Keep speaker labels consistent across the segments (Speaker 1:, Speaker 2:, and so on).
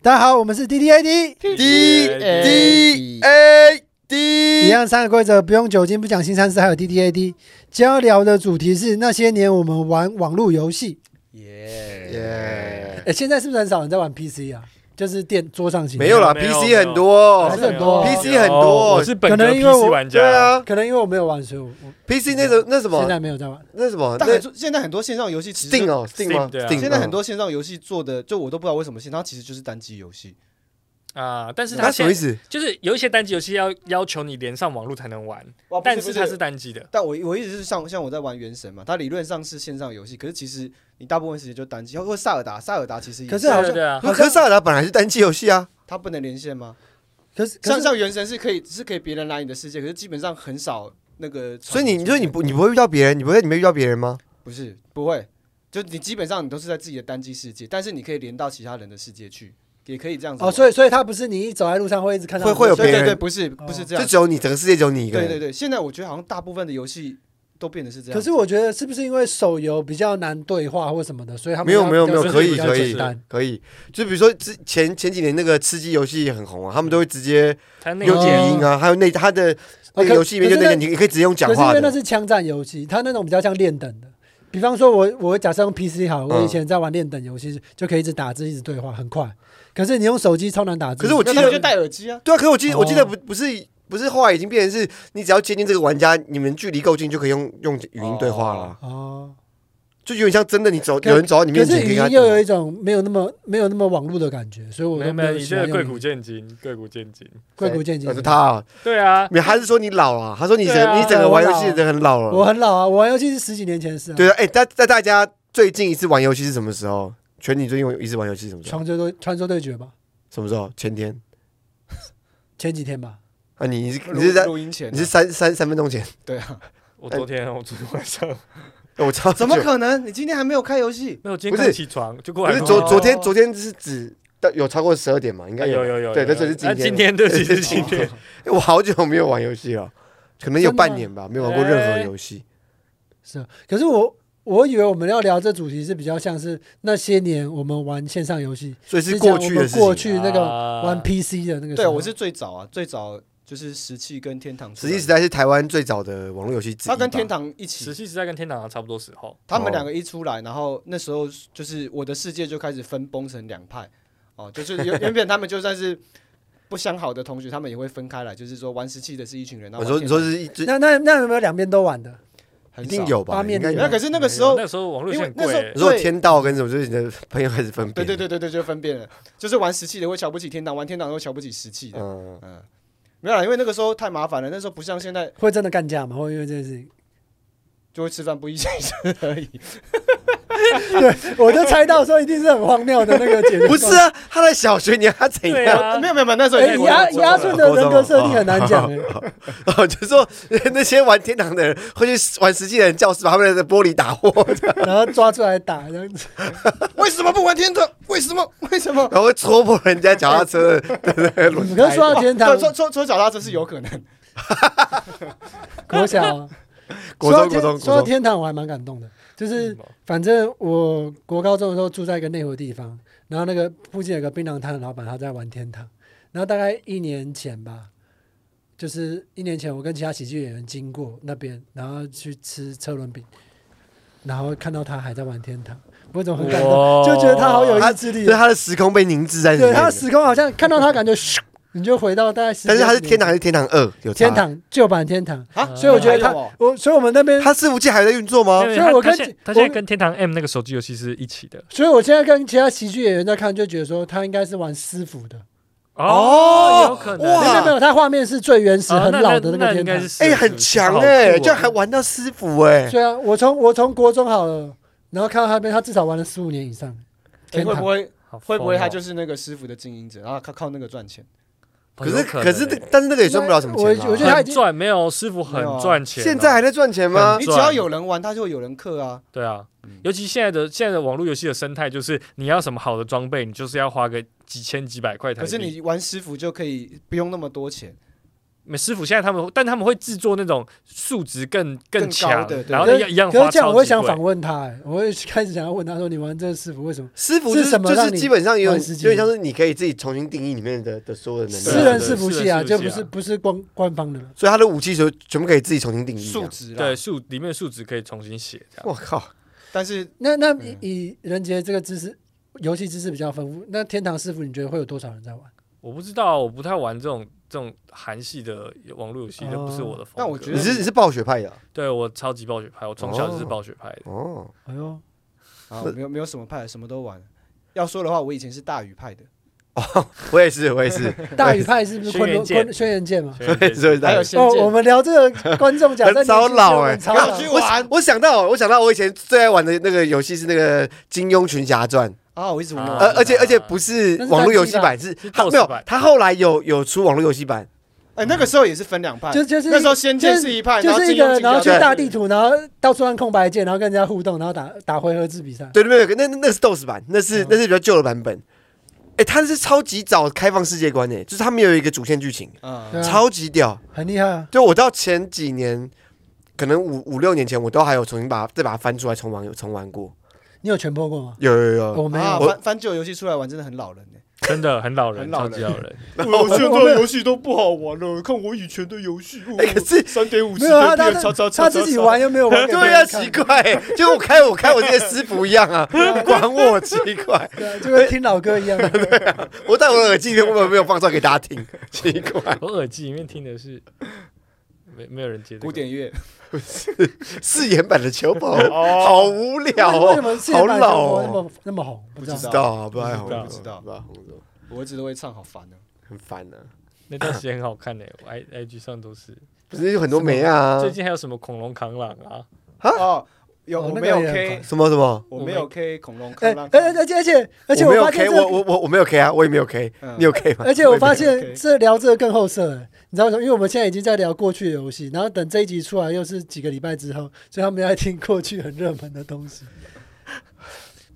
Speaker 1: 大家好，我们是 D D A D，
Speaker 2: D
Speaker 3: 哎
Speaker 2: D A
Speaker 1: 一
Speaker 2: D，
Speaker 1: 样三个规则，不用酒精，不讲新三事，还有 D D A D。今天要聊的主题是那些年我们玩网络游戏。
Speaker 2: 耶
Speaker 1: 哎、现在是不是很少人在玩 P C 啊？就是电桌上型。
Speaker 2: 没有啦
Speaker 3: 没有
Speaker 2: ，PC
Speaker 3: 没有
Speaker 2: 很多
Speaker 1: 还是很多
Speaker 2: ，PC 很多
Speaker 3: 哦我是本
Speaker 1: 可
Speaker 3: 格
Speaker 1: 能因为我
Speaker 3: PC 玩家。
Speaker 2: 对，啊
Speaker 1: 可能因为我没有玩，所以我我
Speaker 2: ，PC 那种那
Speaker 1: 现
Speaker 2: 什么
Speaker 1: 在没有在玩。
Speaker 2: 那什么
Speaker 4: 但
Speaker 2: 那
Speaker 4: 很现在很多线上游戏其实
Speaker 2: Steam 哦 Steam 吗
Speaker 3: Steam，对啊
Speaker 2: Steam，
Speaker 4: 现在
Speaker 2: 嗯
Speaker 4: 很多线上游戏做的，就我都不知道为什么线上其实就是单机游戏。
Speaker 3: 啊，但是它
Speaker 2: 那什
Speaker 3: 现
Speaker 2: 么意思？
Speaker 3: 就是有一些单机游戏要要求你连上网络才能玩，
Speaker 4: 哇
Speaker 3: 但是它是，单机的。
Speaker 4: 但我我一直是像像我在玩《原神》嘛，它理论上是线上游戏，可是其实你大部分时间就单机，或者萨尔达，萨尔达其实也
Speaker 1: 可是
Speaker 3: 对
Speaker 1: 好
Speaker 3: 啊
Speaker 1: 像
Speaker 3: 对啊，
Speaker 2: 可是塞尔达本来是单机游戏啊，
Speaker 4: 它不能连线吗？
Speaker 1: 可是可
Speaker 4: 像
Speaker 1: 是
Speaker 4: 像《原神》是可以是可以别人来你的世界，可是基本上很少那个传
Speaker 2: 所以
Speaker 4: 统出现。
Speaker 2: 你就是你不你不会遇到别人，你不会你没遇到别人吗？
Speaker 4: 不是不会，就你基本上你都是在自己的单机世界，但是你可以连到其他人的世界去，也可以这样子玩。
Speaker 1: 哦，所以所以它不是你一走在路上会一直看到
Speaker 2: 会会有
Speaker 4: 对
Speaker 2: 别人
Speaker 4: 对对，不是不
Speaker 1: 哦
Speaker 4: 是
Speaker 2: 就
Speaker 4: 这样
Speaker 2: 只有你，整个世界只有你一个
Speaker 4: 对
Speaker 2: 人。
Speaker 4: 对对，现在我觉得好像大部分的游戏都变得是这样。
Speaker 1: 可是我觉得是不是因为手游比较难对话或什么的，所以他们
Speaker 2: 没有没有没有，
Speaker 1: 要
Speaker 2: 可以
Speaker 1: 比较
Speaker 2: 可
Speaker 1: 简
Speaker 2: 以
Speaker 1: 单
Speaker 2: 可以，就比如说之前前几年那个吃鸡游戏也很红啊，他们都会直接
Speaker 3: 它那
Speaker 2: 用
Speaker 1: 有
Speaker 2: 语
Speaker 1: 点
Speaker 3: 个
Speaker 2: 音啊，还有那它的那
Speaker 1: 哦
Speaker 2: 个
Speaker 1: 可
Speaker 2: 游戏里面就
Speaker 1: 可是
Speaker 2: 那个
Speaker 1: 那
Speaker 2: 你你可以直接用讲
Speaker 1: 可是因
Speaker 2: 话
Speaker 1: 为那
Speaker 2: 的，
Speaker 1: 是枪战游戏，它那种比较像练等的。比方说我，我假设用 PC 好了，我
Speaker 2: 嗯
Speaker 1: 以前在玩练等游戏，就可以一直打字，一直对话，很快。可是你用手机超难打字。
Speaker 2: 可是我
Speaker 4: 那
Speaker 2: 记
Speaker 4: 他
Speaker 2: 得
Speaker 4: 们就戴耳机啊，
Speaker 2: 对啊，可是我记得我记得
Speaker 1: 哦
Speaker 2: 不不是不是后来已经变成是你只要接近这个玩家，你们距离够近就可以用用语音对话了，
Speaker 1: 哦，
Speaker 2: 就有点像真的你走
Speaker 1: 可
Speaker 2: 有人走到你
Speaker 1: 可
Speaker 2: 面前
Speaker 1: 是
Speaker 2: 可
Speaker 1: 语
Speaker 2: 以跟他
Speaker 1: 音又有
Speaker 2: 讲
Speaker 1: 一种没有那么没有那么网络的感觉，所以我
Speaker 3: 没
Speaker 1: 都
Speaker 3: 有没有，你
Speaker 1: 喜
Speaker 3: 这
Speaker 1: 欢
Speaker 3: 个
Speaker 1: 用
Speaker 3: 贵古见金，贵古见金。
Speaker 1: 贵古见
Speaker 2: 啊
Speaker 1: 金
Speaker 2: 是。他啊，
Speaker 3: 对啊，
Speaker 2: 没有他是说你老了，他说你整
Speaker 3: 对啊
Speaker 2: 你整个玩游戏的人很老
Speaker 1: 我
Speaker 2: 了，
Speaker 1: 很老啊，我玩游戏是十几年前的事啊。
Speaker 2: 对啊，哎，大那大家最近一次玩游戏是什么时候？全你最近一次玩游戏是什么时候？
Speaker 1: 传说对传说对决吧，
Speaker 2: 什么时候？前天
Speaker 1: 前几天吧。
Speaker 2: 啊，你你是
Speaker 4: 录
Speaker 2: 你是在
Speaker 4: 录音前啊，
Speaker 2: 你是三三三分钟前，
Speaker 4: 对啊？
Speaker 3: 我昨天我昨天晚上
Speaker 2: 我超
Speaker 4: 怎么
Speaker 2: 久
Speaker 4: 可能？你今天还没有开游戏？
Speaker 3: 没有，今
Speaker 2: 不
Speaker 3: 天
Speaker 2: 是
Speaker 3: 刚起床就过
Speaker 2: 不
Speaker 3: 来
Speaker 2: 是
Speaker 3: 弄。
Speaker 2: 昨昨天
Speaker 4: 哦
Speaker 2: 昨天是指到有超过十二点嘛？应该
Speaker 3: 哎有有有有，
Speaker 2: 对，
Speaker 3: 有
Speaker 2: 那这是今
Speaker 3: 那
Speaker 2: 天。
Speaker 3: 今天对，其实今天。
Speaker 2: 欸我好久没有玩游戏了，可能有半年吧，没有玩过任
Speaker 1: 哎
Speaker 2: 何游戏。
Speaker 1: 是啊，可是我我以为我们要聊这主题是比较像是那些年我们玩线上游戏，
Speaker 2: 所以
Speaker 1: 是
Speaker 2: 是
Speaker 1: 讲
Speaker 2: 过
Speaker 1: 我
Speaker 2: 去的
Speaker 1: 们
Speaker 2: 事
Speaker 1: 过
Speaker 2: 情。
Speaker 1: 去那个
Speaker 3: 啊
Speaker 1: 玩 PC 的那个时候。
Speaker 4: 对，我是最早啊，最早就是石器跟天堂出
Speaker 2: 实
Speaker 4: 来的，
Speaker 2: 际时代是台湾最早的网络游戏之一吧。
Speaker 4: 它跟天堂一起
Speaker 3: 石，器时代跟天堂差不多时候，
Speaker 4: 他们两个一出来，然后那时候就是我的世界就开始分崩成两派，哦，就是原原本他们就算是不相好的同学，他们也会分开来，就是说玩石器的是一群人，然
Speaker 2: 我
Speaker 4: 后
Speaker 2: 说
Speaker 4: 玩
Speaker 2: 你
Speaker 4: 天
Speaker 2: 说
Speaker 4: 堂
Speaker 2: 是一直
Speaker 1: 那那那有没有两边都玩的？
Speaker 4: 很
Speaker 2: 一
Speaker 4: 少
Speaker 2: 定，有吧？
Speaker 1: 八面
Speaker 2: 应该
Speaker 1: 玲
Speaker 2: 有
Speaker 4: 那可是那个时候
Speaker 3: 哎那时候网络
Speaker 4: 因
Speaker 3: 线
Speaker 4: 为
Speaker 3: 很
Speaker 4: 那时候
Speaker 3: 贵欸
Speaker 2: 你，说
Speaker 4: 对
Speaker 2: 天道跟什么，就是你的朋友开始分辨。
Speaker 4: 对对
Speaker 2: 对，
Speaker 4: 对对对，就分辨了，就是玩石器的会瞧不起天堂，玩天堂的会瞧不起石器的，
Speaker 2: 嗯，
Speaker 4: 嗯，没有啦，因为那个时候太麻烦了，那时候不像现在
Speaker 1: 会真的干架吗？会因为这件事情？
Speaker 4: 就会吃饭不一起吃而 已。
Speaker 1: 我就猜到说一定是很荒谬的那个解决。
Speaker 2: 不是，啊，他在小学，你要他怎
Speaker 3: 对
Speaker 2: 样？
Speaker 3: 啊
Speaker 4: 没，有没有没有，那时候已
Speaker 1: 哎，
Speaker 4: 经
Speaker 3: 呀
Speaker 1: 压压顺的人格设定很难讲哎。
Speaker 2: 我哦就说那些玩天堂的人会去玩实际的人教室，把他们的玻璃打破，
Speaker 1: 哎然后抓出来打这样 子。
Speaker 4: 为什么不玩天堂？为什么？为 什么？
Speaker 2: 然后会戳破人家脚踏车的那个轮
Speaker 1: 可是说到天堂
Speaker 4: 哦 对，，戳戳戳脚踏车是有可能。
Speaker 1: 国小啊，
Speaker 2: 国
Speaker 1: 说到
Speaker 2: 中
Speaker 1: 天
Speaker 2: 国中
Speaker 1: 说到
Speaker 2: 国中，
Speaker 1: 天堂，我还蛮感动的。就是
Speaker 3: 嗯
Speaker 1: 反正我国高中的时候住在一个内湖地方，然后那个附近有个槟榔摊的老板，他在玩天堂。然后大概一年前吧，就是一年前，我跟其他喜剧演员经过那边，然后去吃车轮饼，然后看到他还在玩天堂，我怎么很感动，
Speaker 3: 哇
Speaker 1: 就觉得他好有意志力
Speaker 2: 就是
Speaker 1: 哦。
Speaker 2: 他的时空被凝滞在里
Speaker 1: 对，
Speaker 2: 面。
Speaker 1: 他的时空好像看到他，感觉咻，你就回到大概10。
Speaker 2: 但是他
Speaker 1: 20
Speaker 2: 是天堂还是天堂二？有差
Speaker 1: 天，堂旧版天堂，
Speaker 4: 啊
Speaker 1: 所以我觉得
Speaker 4: 还
Speaker 1: 他
Speaker 4: 有哦，
Speaker 1: 我所以我们那边，
Speaker 2: 他伺服器还在运作吗
Speaker 3: 因？为
Speaker 1: 所以
Speaker 3: 它
Speaker 1: 我
Speaker 3: 它
Speaker 1: 跟
Speaker 3: 现
Speaker 1: 我
Speaker 3: 它现在跟天堂 M 那个手机游戏是一起的
Speaker 1: 所以我现在跟其他喜剧演员在看，就觉得说他应该是玩私服的。
Speaker 2: 哦
Speaker 3: 有可
Speaker 1: 没有没有没
Speaker 3: 能
Speaker 2: 哇
Speaker 1: 有，他画面是最原始、
Speaker 3: 啊
Speaker 1: 很老的那
Speaker 3: 那
Speaker 1: 个天
Speaker 3: 应该
Speaker 1: 堂
Speaker 3: 是。私
Speaker 2: 哎，
Speaker 3: 服
Speaker 2: 很强
Speaker 3: 好酷
Speaker 2: 哎，
Speaker 3: 哦
Speaker 2: 就还玩到师傅哎，
Speaker 1: 对啊，我从我从国中好了，然后看到他那边，他至少玩了十五年以上。
Speaker 4: 哎
Speaker 1: 天
Speaker 4: 会
Speaker 1: 堂
Speaker 4: 不会
Speaker 3: 好疯哦
Speaker 4: 会不会他就是那个师傅的经营者，然后靠靠那个赚钱？
Speaker 3: 哦
Speaker 2: 可是
Speaker 3: 有
Speaker 2: 可是
Speaker 3: 能
Speaker 2: 那但是那个也赚不了什么钱
Speaker 1: 我我觉
Speaker 2: 啊。
Speaker 1: 得他已
Speaker 3: 很
Speaker 1: 经
Speaker 3: 赚，没有师傅很赚钱哦，
Speaker 2: 现在还在赚钱吗
Speaker 3: 很？
Speaker 4: 你只
Speaker 3: 赚
Speaker 4: 要有人玩，他就会有人氪啊。
Speaker 3: 对啊
Speaker 4: 嗯，
Speaker 3: 尤其现在的现在的网络游戏的生态，就是你要什么好的装备，你就是要花个几千几百块台币。
Speaker 4: 可是你玩师傅就可以不用那么多钱，
Speaker 3: 师傅现在他们，但他们会制作那种数值更更
Speaker 4: 更高
Speaker 3: 强
Speaker 4: 的，对
Speaker 3: 然后
Speaker 1: 可
Speaker 3: 一
Speaker 1: 是
Speaker 3: 样一样
Speaker 1: 可
Speaker 3: 花
Speaker 1: 是这样，
Speaker 3: 超
Speaker 1: 我会
Speaker 3: 级
Speaker 1: 想
Speaker 3: 贵
Speaker 1: 访问他、欸，我会开始想要问他说：“你玩这个师傅为什么
Speaker 2: 师傅
Speaker 1: 是
Speaker 2: 就是
Speaker 1: 什么
Speaker 2: 就
Speaker 1: 让
Speaker 2: 是
Speaker 1: 你
Speaker 2: 基本上有
Speaker 1: 玩
Speaker 2: 点
Speaker 1: 世界
Speaker 2: 有点像是你可以自己重新定义里面的的所有的能
Speaker 3: 对啊
Speaker 1: 私
Speaker 2: 量
Speaker 1: 人
Speaker 3: 对
Speaker 1: 伺
Speaker 3: 是
Speaker 1: 服
Speaker 3: 私人
Speaker 1: 器啊？
Speaker 3: 伺服器
Speaker 1: 就
Speaker 3: 啊
Speaker 1: 不是不是官官方的了。
Speaker 2: 所以他的武器全全部可以自己重新定义这啊
Speaker 4: 数
Speaker 2: 样。
Speaker 4: 值啦。
Speaker 3: 对，数里面数值可以重新写这样。
Speaker 2: 我靠，
Speaker 4: 但是
Speaker 1: 那那
Speaker 4: 嗯
Speaker 1: 以人杰这个知识，游戏知识比较丰富，那天堂师傅你觉得会有多少人在玩？
Speaker 3: 我不知道，我不太玩这种这种韩系的网络游戏，这不是我的风格。
Speaker 4: 但哦我觉得
Speaker 2: 你是你是暴雪派的啊
Speaker 3: 对我超级暴雪派，我从小就是暴雪派的。
Speaker 2: 哦，
Speaker 1: 哎呦，
Speaker 4: 啊，我没有没有什么派，什么都玩。要说的话，我以前是大鱼派的，
Speaker 2: 我也是我也是，
Speaker 1: 大宇派是不是
Speaker 3: 轩
Speaker 1: 昆
Speaker 3: 辕
Speaker 1: 仑
Speaker 3: 剑
Speaker 1: 昆轩辕剑嘛？
Speaker 3: 所以
Speaker 2: 我也是我也是
Speaker 4: 还有
Speaker 2: 大学
Speaker 4: 仙
Speaker 1: 哦，
Speaker 4: 剑
Speaker 1: 我们聊这个观众假设
Speaker 2: 很骚扰欸
Speaker 1: 年轻人很
Speaker 4: 不要
Speaker 1: 骚
Speaker 4: 去
Speaker 1: 扰
Speaker 4: 我玩
Speaker 2: 我想到了，我想到我以前最爱玩的那个游戏是那个《金庸群侠传》，
Speaker 4: 啊，我一直玩。
Speaker 3: 啊
Speaker 2: 而而且而且不是
Speaker 1: 那是
Speaker 2: 网络游
Speaker 1: 单机
Speaker 2: 戏
Speaker 1: 吧
Speaker 2: 版，是
Speaker 3: 是
Speaker 2: 它
Speaker 3: DOS
Speaker 2: 没有
Speaker 3: 版，
Speaker 2: 它后来有有出网络游戏版，
Speaker 4: 哎，那个时候也是分两派，
Speaker 1: 就就是
Speaker 4: 那时候仙剑是一派，
Speaker 1: 就
Speaker 4: 后
Speaker 1: 是一
Speaker 4: 金庸
Speaker 1: 个，
Speaker 4: 进
Speaker 1: 然后去
Speaker 4: 去
Speaker 1: 大地，图，然后到处按空白键，然后跟人家互动，然后打打回合制比赛。
Speaker 2: 对对对，那那那个是 DOS 版，那是
Speaker 1: 嗯
Speaker 2: 那是比较旧的版本。哎，它是超级早开放世界观诶，就是它没有一个主线剧情，
Speaker 1: 对
Speaker 4: 嗯，
Speaker 1: 啊
Speaker 2: 超级屌。
Speaker 1: 很厉害啊！
Speaker 2: 就我到前几年，可能五五六年前，我都还有重新把再把它翻出来重玩重玩过。
Speaker 1: 你有全破过吗？
Speaker 2: 有有有，
Speaker 1: 我没
Speaker 4: 啊
Speaker 1: 有，
Speaker 4: 翻翻旧游戏出来玩，真的很老人哎。
Speaker 3: 真的很老人，
Speaker 4: 很老
Speaker 3: 超
Speaker 4: 人
Speaker 3: 级老人。
Speaker 4: 我现在游戏都不好玩了，看我以前的游戏，哦
Speaker 2: 哎可是
Speaker 4: 三点五
Speaker 1: 没有啊，他他他自己玩，又没有玩 给别
Speaker 2: 对啊，
Speaker 1: 人看，
Speaker 2: 奇怪、就我开我开我这些师傅一样啊，管我奇怪，
Speaker 1: 对啊，就跟听老歌一 样。
Speaker 2: 我戴我的耳机里面我没有放出来给大家听，奇怪，
Speaker 3: 我耳机里面听的是没没有人接这个
Speaker 4: 古典乐，
Speaker 2: 饰演版的球宝，好
Speaker 4: 哦，
Speaker 2: 无聊
Speaker 1: 为什
Speaker 2: 哦，
Speaker 1: 么世界版
Speaker 2: 好老
Speaker 1: 球
Speaker 2: 哦
Speaker 1: 那么那么红？不知
Speaker 4: 不知
Speaker 2: 知
Speaker 1: 道
Speaker 4: 道
Speaker 2: 道啊不爱
Speaker 3: 不知道
Speaker 2: 红，
Speaker 3: 不
Speaker 4: 知道
Speaker 2: 不爱红的，
Speaker 4: 我一直都会唱，好烦啊。
Speaker 2: 很烦啊。
Speaker 3: 那段时间很好看呢、我 i i g 上都是。
Speaker 2: 不是有很多梅
Speaker 4: 嗯
Speaker 2: 啊，
Speaker 3: 最近还有什么恐龙扛狼啊？
Speaker 4: 哦，有
Speaker 1: 哦
Speaker 4: 我
Speaker 1: 那个
Speaker 4: 没有
Speaker 1: 也很
Speaker 4: K，
Speaker 2: 什么什么，
Speaker 4: 我没有 K 恐龙
Speaker 1: 哎
Speaker 4: 看浪，
Speaker 1: 而而而且而且而且
Speaker 2: 我没有
Speaker 1: 发现
Speaker 2: K，
Speaker 1: 这
Speaker 2: 我
Speaker 1: 个，
Speaker 2: 我我我没有 K 啊，我也没有 K，
Speaker 4: 嗯
Speaker 2: 你有 K 吗？
Speaker 1: 而且我发
Speaker 4: 我也没有
Speaker 1: 现
Speaker 4: K
Speaker 1: 这聊这个更后设了。你知道为什么？因为我们现在已经在聊过去的游戏，然后等这一集出来又是几个礼拜之后，所以他们要听过去很热门的东西。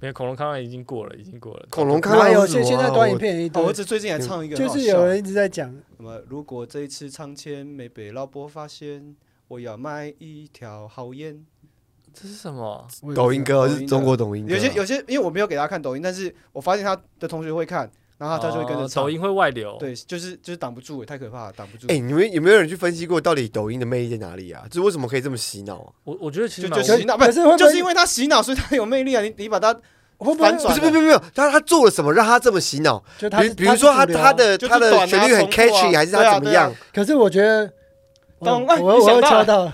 Speaker 3: 没有，恐龙扛狼已经过了，已经过了。
Speaker 2: 恐龙看
Speaker 1: 哪
Speaker 2: 到
Speaker 1: 有？
Speaker 2: 是什
Speaker 1: 现
Speaker 2: 么啊
Speaker 1: 现在短影
Speaker 2: 我
Speaker 1: 片也一堆
Speaker 4: 哦，我，只最近还唱一个很
Speaker 1: 就
Speaker 4: 好笑，
Speaker 1: 是有人一直在讲，
Speaker 4: 什么？如果这一次唱签没被老伯发现，我要卖一条好烟。
Speaker 3: 这是什么？
Speaker 2: 抖音歌
Speaker 4: 抖音
Speaker 2: 是
Speaker 4: 歌
Speaker 2: 中国抖音歌，啊
Speaker 4: 啊有些有些，因为我没有给他看抖音，但是我发现他的同学会看，然后他啊他就会跟着
Speaker 3: 哦
Speaker 4: 唱。
Speaker 3: 抖音会外流。
Speaker 4: 对，就是就是挡不住，太可怕了，挡不住。
Speaker 2: 哎，你们有没有人去分析过到底抖音的魅力在哪里啊？就是为什么可以这么洗脑啊？
Speaker 3: 我我觉得其实
Speaker 4: 就就
Speaker 3: 蛮
Speaker 1: 是
Speaker 4: 洗脑，不
Speaker 1: 可是会不会
Speaker 4: 就是因为他洗脑，所以他有魅力啊！你你把他
Speaker 1: 会不
Speaker 4: 反
Speaker 1: 会
Speaker 4: 转啊
Speaker 2: 不是不是不是不是，他他做了什么让他这么洗脑？
Speaker 1: 就他
Speaker 2: 比
Speaker 1: 是
Speaker 2: 如比如说他
Speaker 1: 是主流啊
Speaker 2: 他的
Speaker 4: 就是
Speaker 2: 他的
Speaker 4: 短啊
Speaker 2: 旋律很
Speaker 4: 重复啊
Speaker 2: catchy，还是
Speaker 4: 对
Speaker 2: 他
Speaker 4: 啊
Speaker 2: 怎么样？
Speaker 1: 可是我觉 得，我
Speaker 4: 懂哎
Speaker 1: 我
Speaker 4: 你
Speaker 1: 我
Speaker 4: 想
Speaker 1: 又
Speaker 4: 到
Speaker 1: 敲
Speaker 4: 了
Speaker 1: 到，
Speaker 2: 哇，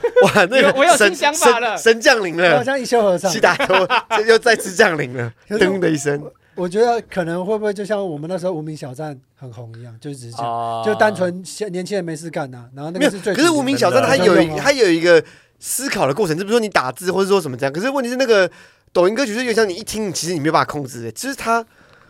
Speaker 2: 那
Speaker 4: 有
Speaker 2: 个
Speaker 4: 我有
Speaker 2: 神
Speaker 4: 新想法了
Speaker 2: 神神降临
Speaker 1: 我好
Speaker 2: 了，
Speaker 1: 像一休和尚
Speaker 2: 悉。达多这 又再次降临了，
Speaker 1: 可是我
Speaker 2: 噔的一声。
Speaker 1: 我觉得可能会不会就像我们那时候无名小站很红一样，就是只是这样，
Speaker 3: 啊
Speaker 1: 就单纯闲年轻人没事干呐、然后那
Speaker 2: 哦没
Speaker 1: 个
Speaker 2: 有，
Speaker 1: 是最
Speaker 2: 可
Speaker 1: 主流
Speaker 2: 是
Speaker 1: 的。
Speaker 2: 无名小站它有一
Speaker 1: 真的吗
Speaker 2: 它有一个思考的过程，就比如说你打字或者说什么这样。可是问题是那个抖音歌曲是有点像你一听，其实你没有办法控制的，就是它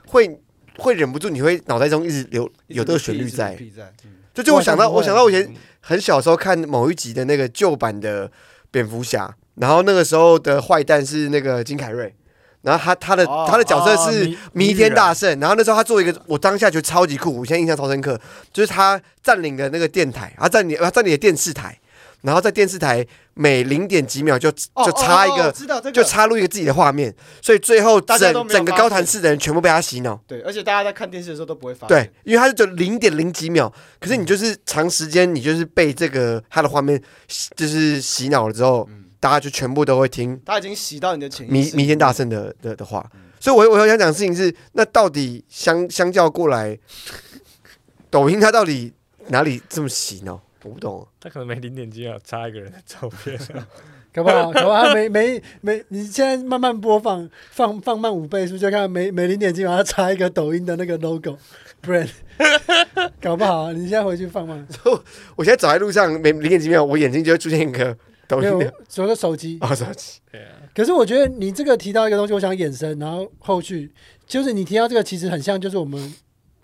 Speaker 2: 会会忍不住，你会脑袋中一直流有这个旋律在。
Speaker 4: 在。嗯
Speaker 2: 就就我想到，
Speaker 1: 我好像不会
Speaker 2: 我想到我以前很小时候看某一集的那个旧版的蝙蝠侠，然后那个时候的坏蛋是那个金凯瑞，然后他他的、
Speaker 4: 哦
Speaker 2: 他的角色
Speaker 3: 哦
Speaker 2: 是
Speaker 3: 谜
Speaker 2: 弥天大圣，然后那时候他做一个，我当下觉得超级酷，我现在印象超深刻，就是他占领了那个电台，他占领他占领了电视台，然后在电视台每零点几秒就
Speaker 4: 哦
Speaker 2: 就插一
Speaker 4: 哦哦
Speaker 2: 个
Speaker 4: 哦。知道这个，
Speaker 2: 就插入一个自己的画面，所以最后
Speaker 4: 大家都
Speaker 2: 整
Speaker 4: 没有
Speaker 2: 整个
Speaker 4: 发
Speaker 2: 高
Speaker 4: 现
Speaker 2: 谭市的人全部被他洗脑。
Speaker 4: 对，而且大家在看电视的时候都不会发现。
Speaker 2: 对，因为它就只零点零几秒，可是你就是长时间，你就是被这个它的画面洗就是洗脑了之后，
Speaker 4: 嗯
Speaker 2: 大家就全部都会听
Speaker 4: 他已经洗到你的潜意
Speaker 2: 弥
Speaker 4: 识。
Speaker 2: 弥天大圣的的的话。所以我，我想讲的事情是，那到底相相较过来， 抖音它到底哪里这么洗脑？我不懂。哦
Speaker 3: 他可能没零点几秒插一个人的照 片。
Speaker 1: 搞不好，搞不好它每 每每，你现在慢慢播放，放放慢五倍速，就看每每零点几秒它插一个抖音的那个 logo brand，搞不好、啊、你现在回去放放，
Speaker 2: 我现在走在路上，每零点几秒，我眼睛就会出现一个抖
Speaker 1: 没有
Speaker 2: 音的，
Speaker 1: 所有手机。
Speaker 2: 哦，手机
Speaker 3: 对啊，
Speaker 1: 可是我觉得你这个提到一个东西，我想衍生，然后后续就是你提到这个，其实很像，就是我们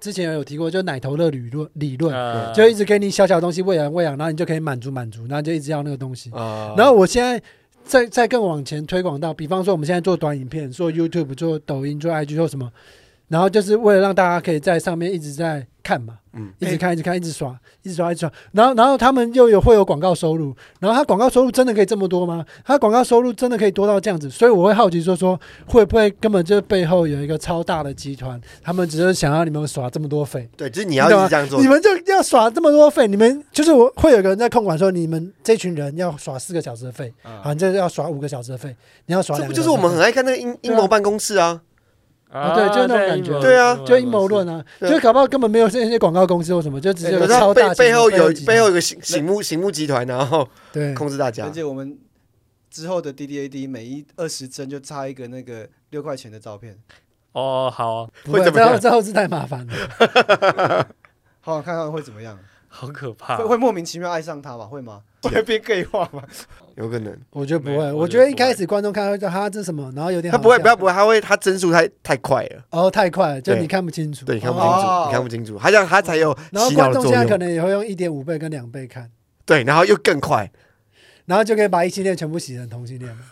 Speaker 1: 之前有提过，就奶头乐理论理论，
Speaker 3: 呃
Speaker 1: 就一直给你小小的东西喂养喂养，然后你就可以满足满足，然后就一直要那个东西。
Speaker 2: 啊
Speaker 1: 然后我现在再再更往前推广到，比方说我们现在做短影片，做 YouTube，做抖音，做 IG，做什么，然后就是为了让大家可以在上面一直在看嘛，
Speaker 2: 嗯
Speaker 1: 一直看，一直看，一直刷，一直刷，一直刷。然后，然后他们又有会有广告收入，然后他广告收入真的可以这么多吗？他广告收入真的可以多到这样子？所以我会好奇说说，会不会根本就是背后有一个超大的集团，他们只是想要你们耍这么多费，
Speaker 2: 对，就是你要一
Speaker 1: 你懂吗
Speaker 2: 直这样做
Speaker 1: 你，们就要耍这么多费，你们就是我会有个人在控管说，你们这群人要耍四个小时的费，
Speaker 4: 啊，
Speaker 1: 好，你这要耍五个小时的费，你要耍
Speaker 2: 这
Speaker 1: 两
Speaker 2: 不
Speaker 1: 个
Speaker 2: 就
Speaker 1: 小时的费，
Speaker 2: 是我们很爱看那个阴阴谋办公室啊？
Speaker 1: 啊对就那种感觉
Speaker 2: 对啊
Speaker 1: 就阴谋论。啊，
Speaker 2: 对哎
Speaker 1: 就搞不好根本没有这些广告公司或什么，就只是有
Speaker 2: 可
Speaker 1: 个
Speaker 2: 是他
Speaker 1: 超大
Speaker 2: 背
Speaker 1: 型
Speaker 2: 背
Speaker 1: 的
Speaker 2: 后有
Speaker 1: 集团
Speaker 2: 背后有个醒醒目醒目集团，然后
Speaker 1: 对
Speaker 2: 控制大家
Speaker 4: 而。且我们之后的 DDAD 每一二十帧就差一个那个六块钱的照片，
Speaker 3: 哦，好，
Speaker 1: 不会
Speaker 2: 会怎么
Speaker 1: 这
Speaker 2: 样
Speaker 1: 后这后是太麻烦 了。
Speaker 4: 好好看看会怎么样？
Speaker 3: 好可怕
Speaker 4: 会。会莫名其妙爱上他吧？会吗？会变 gay 化 吗？
Speaker 2: 有可能
Speaker 1: 我觉得不
Speaker 3: 没
Speaker 1: 会，
Speaker 3: 有
Speaker 1: 我
Speaker 3: 我
Speaker 1: 觉
Speaker 3: 觉
Speaker 1: 得
Speaker 3: 得
Speaker 1: 一
Speaker 3: 不
Speaker 1: 开
Speaker 3: 会
Speaker 1: 始观众看到就他这什么，然后有点
Speaker 2: 他不会，
Speaker 1: 好笑
Speaker 2: 不要不会，他会他帧数太太快了，
Speaker 1: 哦太快了，就
Speaker 2: 对
Speaker 1: 你看不清楚，
Speaker 2: 对你看不
Speaker 1: 哦嗯
Speaker 2: 清楚，
Speaker 4: 哦
Speaker 2: 你看不清楚，他这样他才有
Speaker 1: 然后
Speaker 2: 洗脑
Speaker 1: 观
Speaker 2: 的
Speaker 1: 众
Speaker 2: 作
Speaker 1: 现在可
Speaker 2: 用。
Speaker 1: 能也会用一点五倍跟两倍看，
Speaker 2: 对，然后又更快，
Speaker 1: 然后就可以把异性恋全部洗成同性 恋了。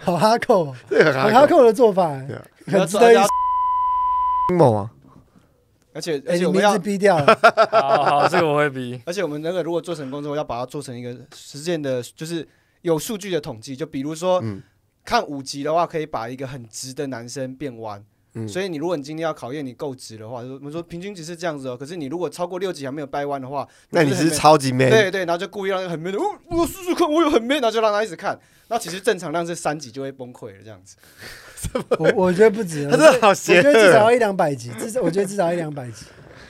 Speaker 1: 好哈扣哦，
Speaker 2: 这个
Speaker 1: 好
Speaker 2: 很
Speaker 1: 哈
Speaker 2: 哈
Speaker 1: 扣的做法欸
Speaker 2: 对啊，
Speaker 1: 很值得一。
Speaker 2: 阴谋啊！
Speaker 4: 而且
Speaker 1: 哎，
Speaker 4: 而
Speaker 1: 你
Speaker 4: 且我们
Speaker 1: 名
Speaker 4: 要
Speaker 1: 字逼掉了，
Speaker 3: 好好，这个我会比。
Speaker 4: 而且我们那个如果做成功之后，要把它做成一个实践的，就是有数据的统计。就比如说，
Speaker 2: 嗯
Speaker 4: 看五级的话，可以把一个很直的男生变弯。
Speaker 2: 嗯
Speaker 4: 所以你如果你今天要考验你够直的话，就是我们说平均值是这样子哦。可是你如果超过六级还没有掰弯的话，
Speaker 2: 那你
Speaker 4: 就是很
Speaker 2: 超级 man，
Speaker 4: 对对对，然后就故意让那个很 man 的，哦，我有试试看，我有很 man，然后就让他一直看。那其实正常量是三级就会崩溃了，这样子。
Speaker 1: 我我觉得不止，
Speaker 2: 他
Speaker 1: 我
Speaker 2: 真
Speaker 1: 觉得
Speaker 2: 的好
Speaker 1: 我觉
Speaker 2: 邪
Speaker 1: 得至少
Speaker 2: 恶啊
Speaker 1: 要。一两百集，至少我觉得至少要一两百 集。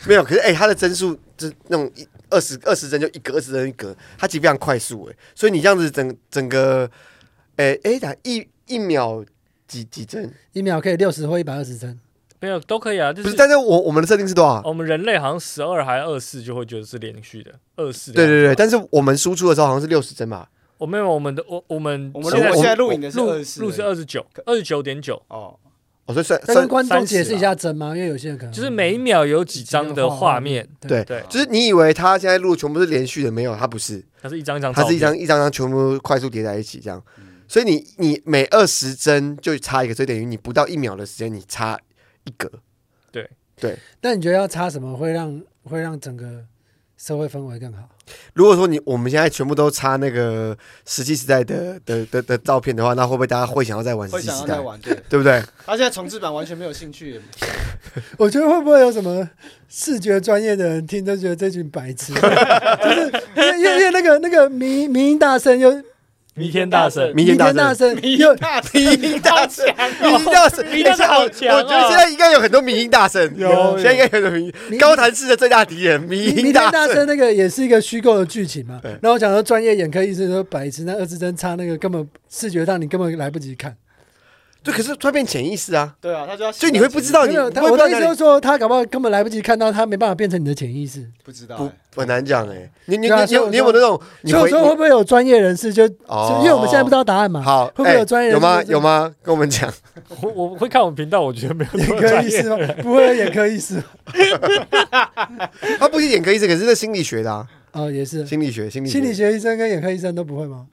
Speaker 2: 没有，可是哎、他的帧数就是那种一二十二十帧就一格，二十帧一格，它其实非常快速哎、所以你这样子整整个，哎、哎，打、一一秒几几帧？
Speaker 1: 一秒可以六十或一百二十帧，
Speaker 3: 没有都可以啊，就
Speaker 2: 不是，
Speaker 3: 是
Speaker 2: 但是我我们的设定是多少？
Speaker 1: 哦
Speaker 3: 我们人类好像十二还二四就会觉得是连续的，二四。
Speaker 2: 对对
Speaker 1: 啊
Speaker 2: 对，，但是我们输出的时候好像是六十帧吧？
Speaker 3: 我没有，我们的我我们
Speaker 4: 我们
Speaker 2: 现
Speaker 4: 如
Speaker 2: 在
Speaker 4: 果
Speaker 2: 我
Speaker 4: 现
Speaker 2: 们
Speaker 4: 在录影的是
Speaker 3: 录
Speaker 4: 二十，
Speaker 3: 录是二十九，二十九点九，
Speaker 4: 哦，
Speaker 2: 哦，所以算
Speaker 1: 要跟
Speaker 2: 算
Speaker 1: 观众
Speaker 3: 30
Speaker 1: 解释一下帧吗？因为有些人可能
Speaker 3: 就是每秒有几张的画面，
Speaker 2: 对
Speaker 3: 对，
Speaker 2: 就是你以为他现在录全部是连续的，没有，他不是，
Speaker 3: 它是一张一张，
Speaker 2: 他是一，张一张张全部快速叠在一起这样。所以你你每二十帧就差一个，所以等于你不到一秒的时间你差一格。
Speaker 1: 但你觉得要插什么会让会让整个社会氛围更好？
Speaker 2: 如果说你我们现在全部都插那个石器时代的的的的照片的话，那会不会大家会想要再玩石
Speaker 4: 会
Speaker 2: 器
Speaker 4: 想
Speaker 2: 时
Speaker 4: 要
Speaker 2: 代
Speaker 4: 再？玩。对，
Speaker 2: 对不对？
Speaker 4: 他现在重置版完全没有兴趣了，
Speaker 1: 我觉得会不会有什么视觉专业的人听都觉得这群白痴，啊 就是因为因为因为那个那个迷迷音大圣又
Speaker 3: 弥天大圣，
Speaker 2: 明天大
Speaker 1: 天
Speaker 2: 圣，
Speaker 1: 圣
Speaker 4: 迷
Speaker 1: 又
Speaker 4: 大迷大强，
Speaker 2: 明
Speaker 3: 哦
Speaker 2: 天大圣，
Speaker 3: 明天大圣
Speaker 2: 哎
Speaker 3: 好强哦
Speaker 2: 我觉得现在应该有很多民音大圣，
Speaker 3: 有
Speaker 2: 现在应该有很多民
Speaker 1: 迷
Speaker 2: 高谭市的最大敌人
Speaker 1: 迷
Speaker 2: 民
Speaker 1: 迷
Speaker 2: 音
Speaker 1: 天
Speaker 2: 大
Speaker 1: 大
Speaker 2: 圣。
Speaker 1: 圣那个也是一个虚构的剧情嘛
Speaker 2: 对。
Speaker 1: 然后我讲说专业眼科医生说白痴，那二十帧差那个根本视觉上你根本来不及看。
Speaker 2: 对，可是突然变潜意识啊，
Speaker 4: 对啊，他就要
Speaker 2: 所以你会不知道
Speaker 1: 没
Speaker 2: 你
Speaker 1: 有，
Speaker 2: 你
Speaker 1: 他
Speaker 2: 会
Speaker 1: 我
Speaker 2: 不
Speaker 1: 的
Speaker 2: 知
Speaker 1: 意思
Speaker 2: 道
Speaker 1: 就是说他搞不好根本来不及看到，他没办法变成你的潜意识。
Speaker 4: 不知道、
Speaker 2: 不
Speaker 4: 欸，
Speaker 2: 很难讲哎。你你
Speaker 1: 对啊
Speaker 2: 你你有你有没有那种你
Speaker 1: 所以我
Speaker 2: 回
Speaker 1: 说会不会有专业人士就，就
Speaker 2: 哦
Speaker 1: 因为我们现在不知道答案嘛，
Speaker 2: 好
Speaker 1: 啊会不会有
Speaker 2: 哎
Speaker 1: 专业人
Speaker 2: 有
Speaker 1: 士
Speaker 2: 吗
Speaker 1: 就是
Speaker 2: 有吗？跟我们讲，
Speaker 3: 我我会看我们频道，我觉得没有
Speaker 1: 眼
Speaker 3: 多
Speaker 1: 科
Speaker 3: 专
Speaker 1: 医
Speaker 3: 业
Speaker 1: 师吗？不会有眼科医师吗
Speaker 2: 他不是眼科医生，可是那心理学的啊，
Speaker 1: 哦，也是
Speaker 2: 心理学心理
Speaker 1: 心理学医生跟眼科医生都不会吗？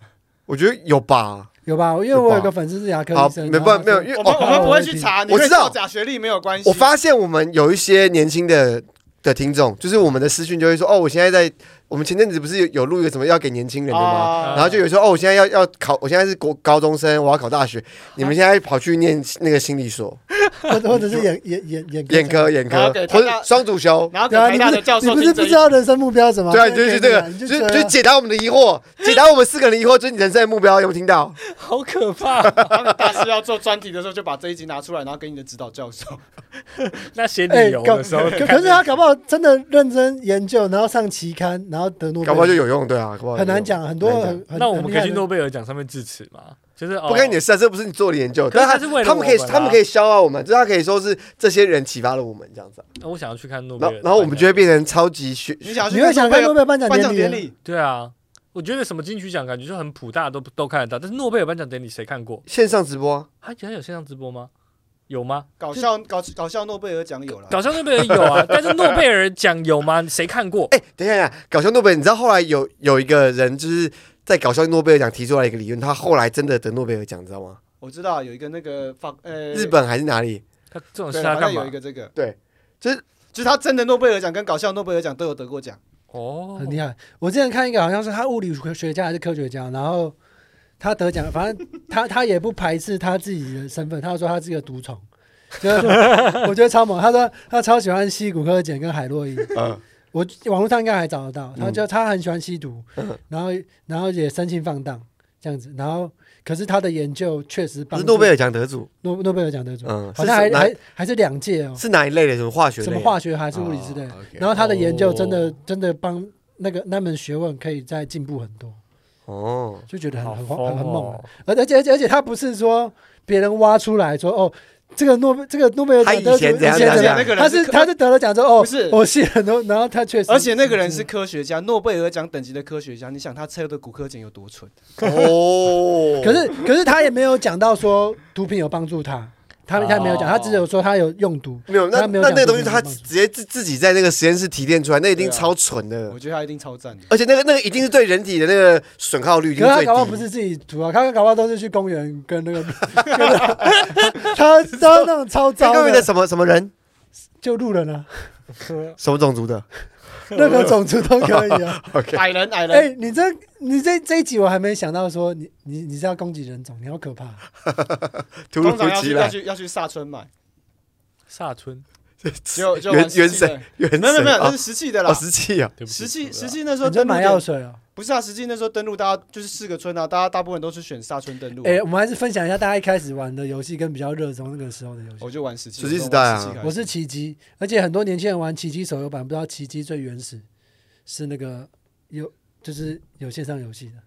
Speaker 2: 我觉得有吧。
Speaker 1: 有吧？因为我有个粉丝是牙科
Speaker 2: 好
Speaker 1: 医，生，
Speaker 2: 没
Speaker 1: 然后
Speaker 2: 办
Speaker 1: 他
Speaker 2: 法没有，
Speaker 1: 说
Speaker 2: 因为
Speaker 4: 我
Speaker 2: 哦
Speaker 4: 们我们不会
Speaker 1: 我
Speaker 4: 去
Speaker 1: 也
Speaker 4: 查，你
Speaker 2: 我
Speaker 4: 会
Speaker 2: 知道
Speaker 4: 造假学历没有关系。啊
Speaker 2: 我发现我们有一些年轻的的听众，就是我们的私讯就会说，哦，我现在在，我们前阵子不是有有录一个什么要给年轻人的吗？
Speaker 4: 啊
Speaker 2: 然后就有说，哦，我现在要要考，我现在是国高中生，我要考大
Speaker 4: 啊
Speaker 2: 学，你们现在跑去念那个心理所、
Speaker 1: 或者或者是眼眼眼眼
Speaker 2: 眼科、眼
Speaker 4: 然
Speaker 2: 科
Speaker 4: 后给，他
Speaker 2: 或者双主修，
Speaker 4: 然后给
Speaker 1: 对啊，
Speaker 4: 台
Speaker 1: 你
Speaker 4: 大
Speaker 1: 不
Speaker 4: 的教
Speaker 1: 是
Speaker 4: 授
Speaker 1: 你不
Speaker 4: 去
Speaker 1: 是不
Speaker 4: 争
Speaker 1: 知道人生目标是什么？
Speaker 2: 对啊，就是这个，
Speaker 1: 你
Speaker 2: 就
Speaker 1: 就是觉
Speaker 2: 就
Speaker 1: 得
Speaker 2: 解答我们的疑惑，解答我们四个人的疑惑，就是你人生的目标，有没有听到？
Speaker 3: 好可怕。
Speaker 4: 当你大师要做专题的时候，就把这一集拿出来，然后给你的指导教授。
Speaker 3: 那写
Speaker 1: 哎，
Speaker 3: 理由
Speaker 1: 搞
Speaker 3: 的时候，
Speaker 1: 可可是他搞不好真的认真研究，然后上期刊，然后得诺贝
Speaker 2: 搞不好就
Speaker 1: 尔，
Speaker 2: 有用，对啊，搞不好有用
Speaker 1: 很难。讲，很多
Speaker 2: 很难讲
Speaker 1: 很很
Speaker 3: 那我们可以去。
Speaker 1: 很厉害的
Speaker 3: 诺贝尔奖上面致辞嘛？就是哦
Speaker 2: 不干你
Speaker 3: 你
Speaker 2: 的事啊，这不是你做的研究，
Speaker 3: 可是
Speaker 2: 但
Speaker 3: 他是为了
Speaker 2: 他们可以，
Speaker 3: 我们啊
Speaker 2: 他们可以消化我们，就是他可以说是这些人启发了我们这样子啊。
Speaker 3: 我想要去看诺贝
Speaker 2: 然
Speaker 3: 尔
Speaker 2: 后
Speaker 3: 的，
Speaker 2: 然后我们就会变成超级学，
Speaker 4: 你想要去
Speaker 1: 你会想看诺
Speaker 4: 诺
Speaker 1: 贝尔颁奖
Speaker 4: 贝尔颁奖典
Speaker 1: 典礼？
Speaker 4: 礼？
Speaker 3: 对啊，我觉得什么金曲奖感觉就很普，大家都都看得到，但是诺贝尔颁奖典礼谁看过？
Speaker 2: 线上直播啊、
Speaker 3: 还还有线上直播吗？有吗？
Speaker 4: 搞笑搞搞笑诺贝尔奖有了，
Speaker 3: 搞笑诺贝尔有啊，但是诺贝尔奖有吗？谁看过？
Speaker 2: 哎、等一下，等一下，搞笑诺贝尔，你知道后来有有一个人就是在搞笑诺贝尔奖提出来一个理论，他后来真的得诺贝尔奖，你知道吗？
Speaker 4: 我知道有一个那个法呃
Speaker 2: 日本还是哪里？
Speaker 3: 他这种
Speaker 4: 对
Speaker 3: 事
Speaker 4: 好
Speaker 3: 他
Speaker 4: 像
Speaker 3: 干
Speaker 4: 有
Speaker 3: 嘛
Speaker 4: 一？个这个
Speaker 2: 对，就是
Speaker 4: 就是他真的诺贝尔奖跟搞笑诺贝尔奖都有得过奖，
Speaker 3: 哦，
Speaker 1: 很厉害。我之前看一个，好像是他物理学家还是科学家，然后他得奖，反正他他也不排斥他自己的身份，他说他是一个毒虫，就是说我觉得超猛。他说他超喜欢吸骨科碱跟海洛因，
Speaker 2: 嗯，
Speaker 1: 我网络上应该还找得到。他
Speaker 2: 嗯
Speaker 1: 就他很喜欢吸毒，然后然后也生性放荡这样子，然后可是他的研究确实
Speaker 2: 不
Speaker 1: 帮
Speaker 2: 是
Speaker 1: 助
Speaker 2: 诺贝尔奖得主，
Speaker 1: 诺诺贝尔奖得主，
Speaker 2: 嗯，
Speaker 1: 好
Speaker 2: 是
Speaker 1: 像还
Speaker 2: 哪
Speaker 1: 还还是两届哦，
Speaker 2: 是哪一类的？什么化学类？
Speaker 1: 什么化学还是物理之类的
Speaker 2: 哦。，OK
Speaker 1: 然后他的研究真的、
Speaker 3: 哦
Speaker 1: 真的帮那个那门学问可以再进步很多，
Speaker 2: 哦，
Speaker 1: 就觉得
Speaker 3: 好
Speaker 1: 很很
Speaker 3: 疯
Speaker 1: 很很猛
Speaker 3: 哦。！
Speaker 1: 而而且而且而且他不是说别人挖出来说哦，这个诺贝这个诺贝尔
Speaker 2: 他
Speaker 1: 奖
Speaker 2: 以
Speaker 1: 得主
Speaker 2: 前怎样
Speaker 1: 以前
Speaker 2: 怎样
Speaker 1: 样
Speaker 4: 那个人
Speaker 1: 他
Speaker 4: 是
Speaker 1: 是
Speaker 4: 科
Speaker 1: 他是得了奖之后
Speaker 4: 不
Speaker 1: 哦，
Speaker 4: 是
Speaker 1: 我吸很多，然后他确实，
Speaker 4: 而且那个人是科学家，诺贝尔奖等级的科学家，你想他测的骨科碱有多蠢？
Speaker 2: 哦，
Speaker 1: 可是可是他也没有讲到说毒品有帮助他，他他没有讲，
Speaker 3: 哦
Speaker 1: 他只有说他有用毒，
Speaker 2: 没有，那
Speaker 1: 他没有
Speaker 2: 那
Speaker 1: 讲
Speaker 2: 那个东西
Speaker 1: 这个
Speaker 2: 他
Speaker 1: 东西
Speaker 2: 直接自自己在那个实验室提炼出来，那一定
Speaker 4: 对啊
Speaker 2: 超蠢的
Speaker 4: 我，觉得他一定超赞的。
Speaker 2: 而且那个那个一定是对人体的那个损耗率一
Speaker 1: 可
Speaker 2: 定
Speaker 1: 是他
Speaker 2: 最低。
Speaker 1: 搞不好不是自己涂啊，他搞不好都是去公园跟那个， 跟那个他他那种超
Speaker 2: 这
Speaker 1: 糟
Speaker 2: 个哎的
Speaker 1: 的，
Speaker 2: 什么什么人，
Speaker 1: 就路人啊，
Speaker 2: 什么种族的
Speaker 1: 任何种族都可以 啊。
Speaker 2: ？OK，
Speaker 4: 矮人，矮
Speaker 1: 哎、
Speaker 4: 人，
Speaker 1: 你这你这这一集我还没想到说你你你是要攻击人种，你好可怕！
Speaker 2: 突如
Speaker 4: 通常要
Speaker 2: 其
Speaker 4: 去要
Speaker 2: 来，
Speaker 4: 去要去萨村买，
Speaker 3: 萨村，
Speaker 4: 就就
Speaker 2: 原
Speaker 4: 玩石器
Speaker 2: 原
Speaker 4: 的
Speaker 2: 神，原神
Speaker 4: 没有没有没有，那
Speaker 2: 哦
Speaker 4: 是石器的啦
Speaker 2: 哦，。石器啊，
Speaker 3: 对不起，
Speaker 4: 石
Speaker 3: 对
Speaker 4: 器
Speaker 3: 不
Speaker 4: 石
Speaker 3: 起
Speaker 4: 器那时候
Speaker 1: 你就
Speaker 4: 登陆
Speaker 1: 买药
Speaker 4: 点
Speaker 1: 水哦。
Speaker 4: 不是啊，实际那时候登录，大家就是四个村啊，大家大部分都是选沙村登录、啊
Speaker 1: 哎、我们还是分享一下大家一开始玩的游戏跟比较热衷那个时候的游戏。
Speaker 4: 我就玩石器，
Speaker 2: 石器时代哦啊
Speaker 4: 我都玩石器开始
Speaker 1: 我是奇迹，而且很多年轻人玩奇迹手游版，不知道奇迹最原始是那个有就是有线上游戏的。
Speaker 3: 啊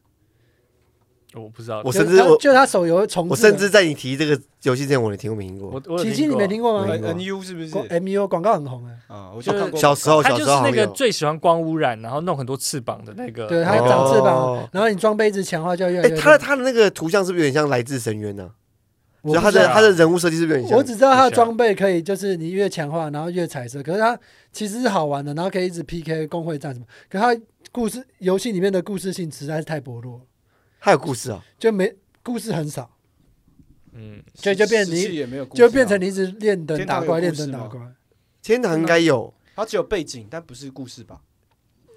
Speaker 3: 我不知道，
Speaker 2: 我
Speaker 1: 就是
Speaker 2: 甚至
Speaker 1: 它
Speaker 2: 我
Speaker 1: 就他手游重置的，
Speaker 2: 我甚至在你提这个游戏之前，我也听没听过
Speaker 3: 我。我有
Speaker 1: 奇迹你
Speaker 3: 过
Speaker 1: 没听过吗
Speaker 2: 没？
Speaker 4: 呃 N N U 是不是？
Speaker 1: 广 MU 广告很红哎，
Speaker 4: 啊，我就
Speaker 3: 就是
Speaker 4: 看过
Speaker 2: 小时候
Speaker 3: 他就是那
Speaker 2: 小时候好
Speaker 3: 个
Speaker 2: 像有
Speaker 3: 最喜欢光污染，然后弄很多翅膀的那个。
Speaker 1: 对，它
Speaker 2: 还
Speaker 1: 长翅膀
Speaker 2: 哦，
Speaker 1: 然后你装备一直强化就越来
Speaker 2: 哎，
Speaker 1: 越。
Speaker 2: 他的他的那个图像是不是有点像《来自深渊》呢？
Speaker 1: 我不
Speaker 2: 就他
Speaker 1: 知道
Speaker 2: 的
Speaker 3: 道
Speaker 2: 他的人物设计是不是有点像？
Speaker 1: 我只知道他的装备可以，就是你越强化，然后越彩色。可是它其实是好玩的，然后可以一直 PK 工会战什么。可它故事游戏里面的故事性实在是太薄弱了，
Speaker 2: 还有故事啊，
Speaker 1: 就没故事很少，
Speaker 3: 嗯，
Speaker 1: 就就变
Speaker 4: 石
Speaker 1: 你
Speaker 4: 器也没有故事啊，
Speaker 1: 就变成你一直练等
Speaker 4: 天
Speaker 1: 打
Speaker 4: 堂有
Speaker 1: 怪，练
Speaker 4: 故事
Speaker 1: 等打
Speaker 4: 吗
Speaker 1: 怪。
Speaker 2: 天堂应该有，
Speaker 4: 它只有背景，但不是故事吧？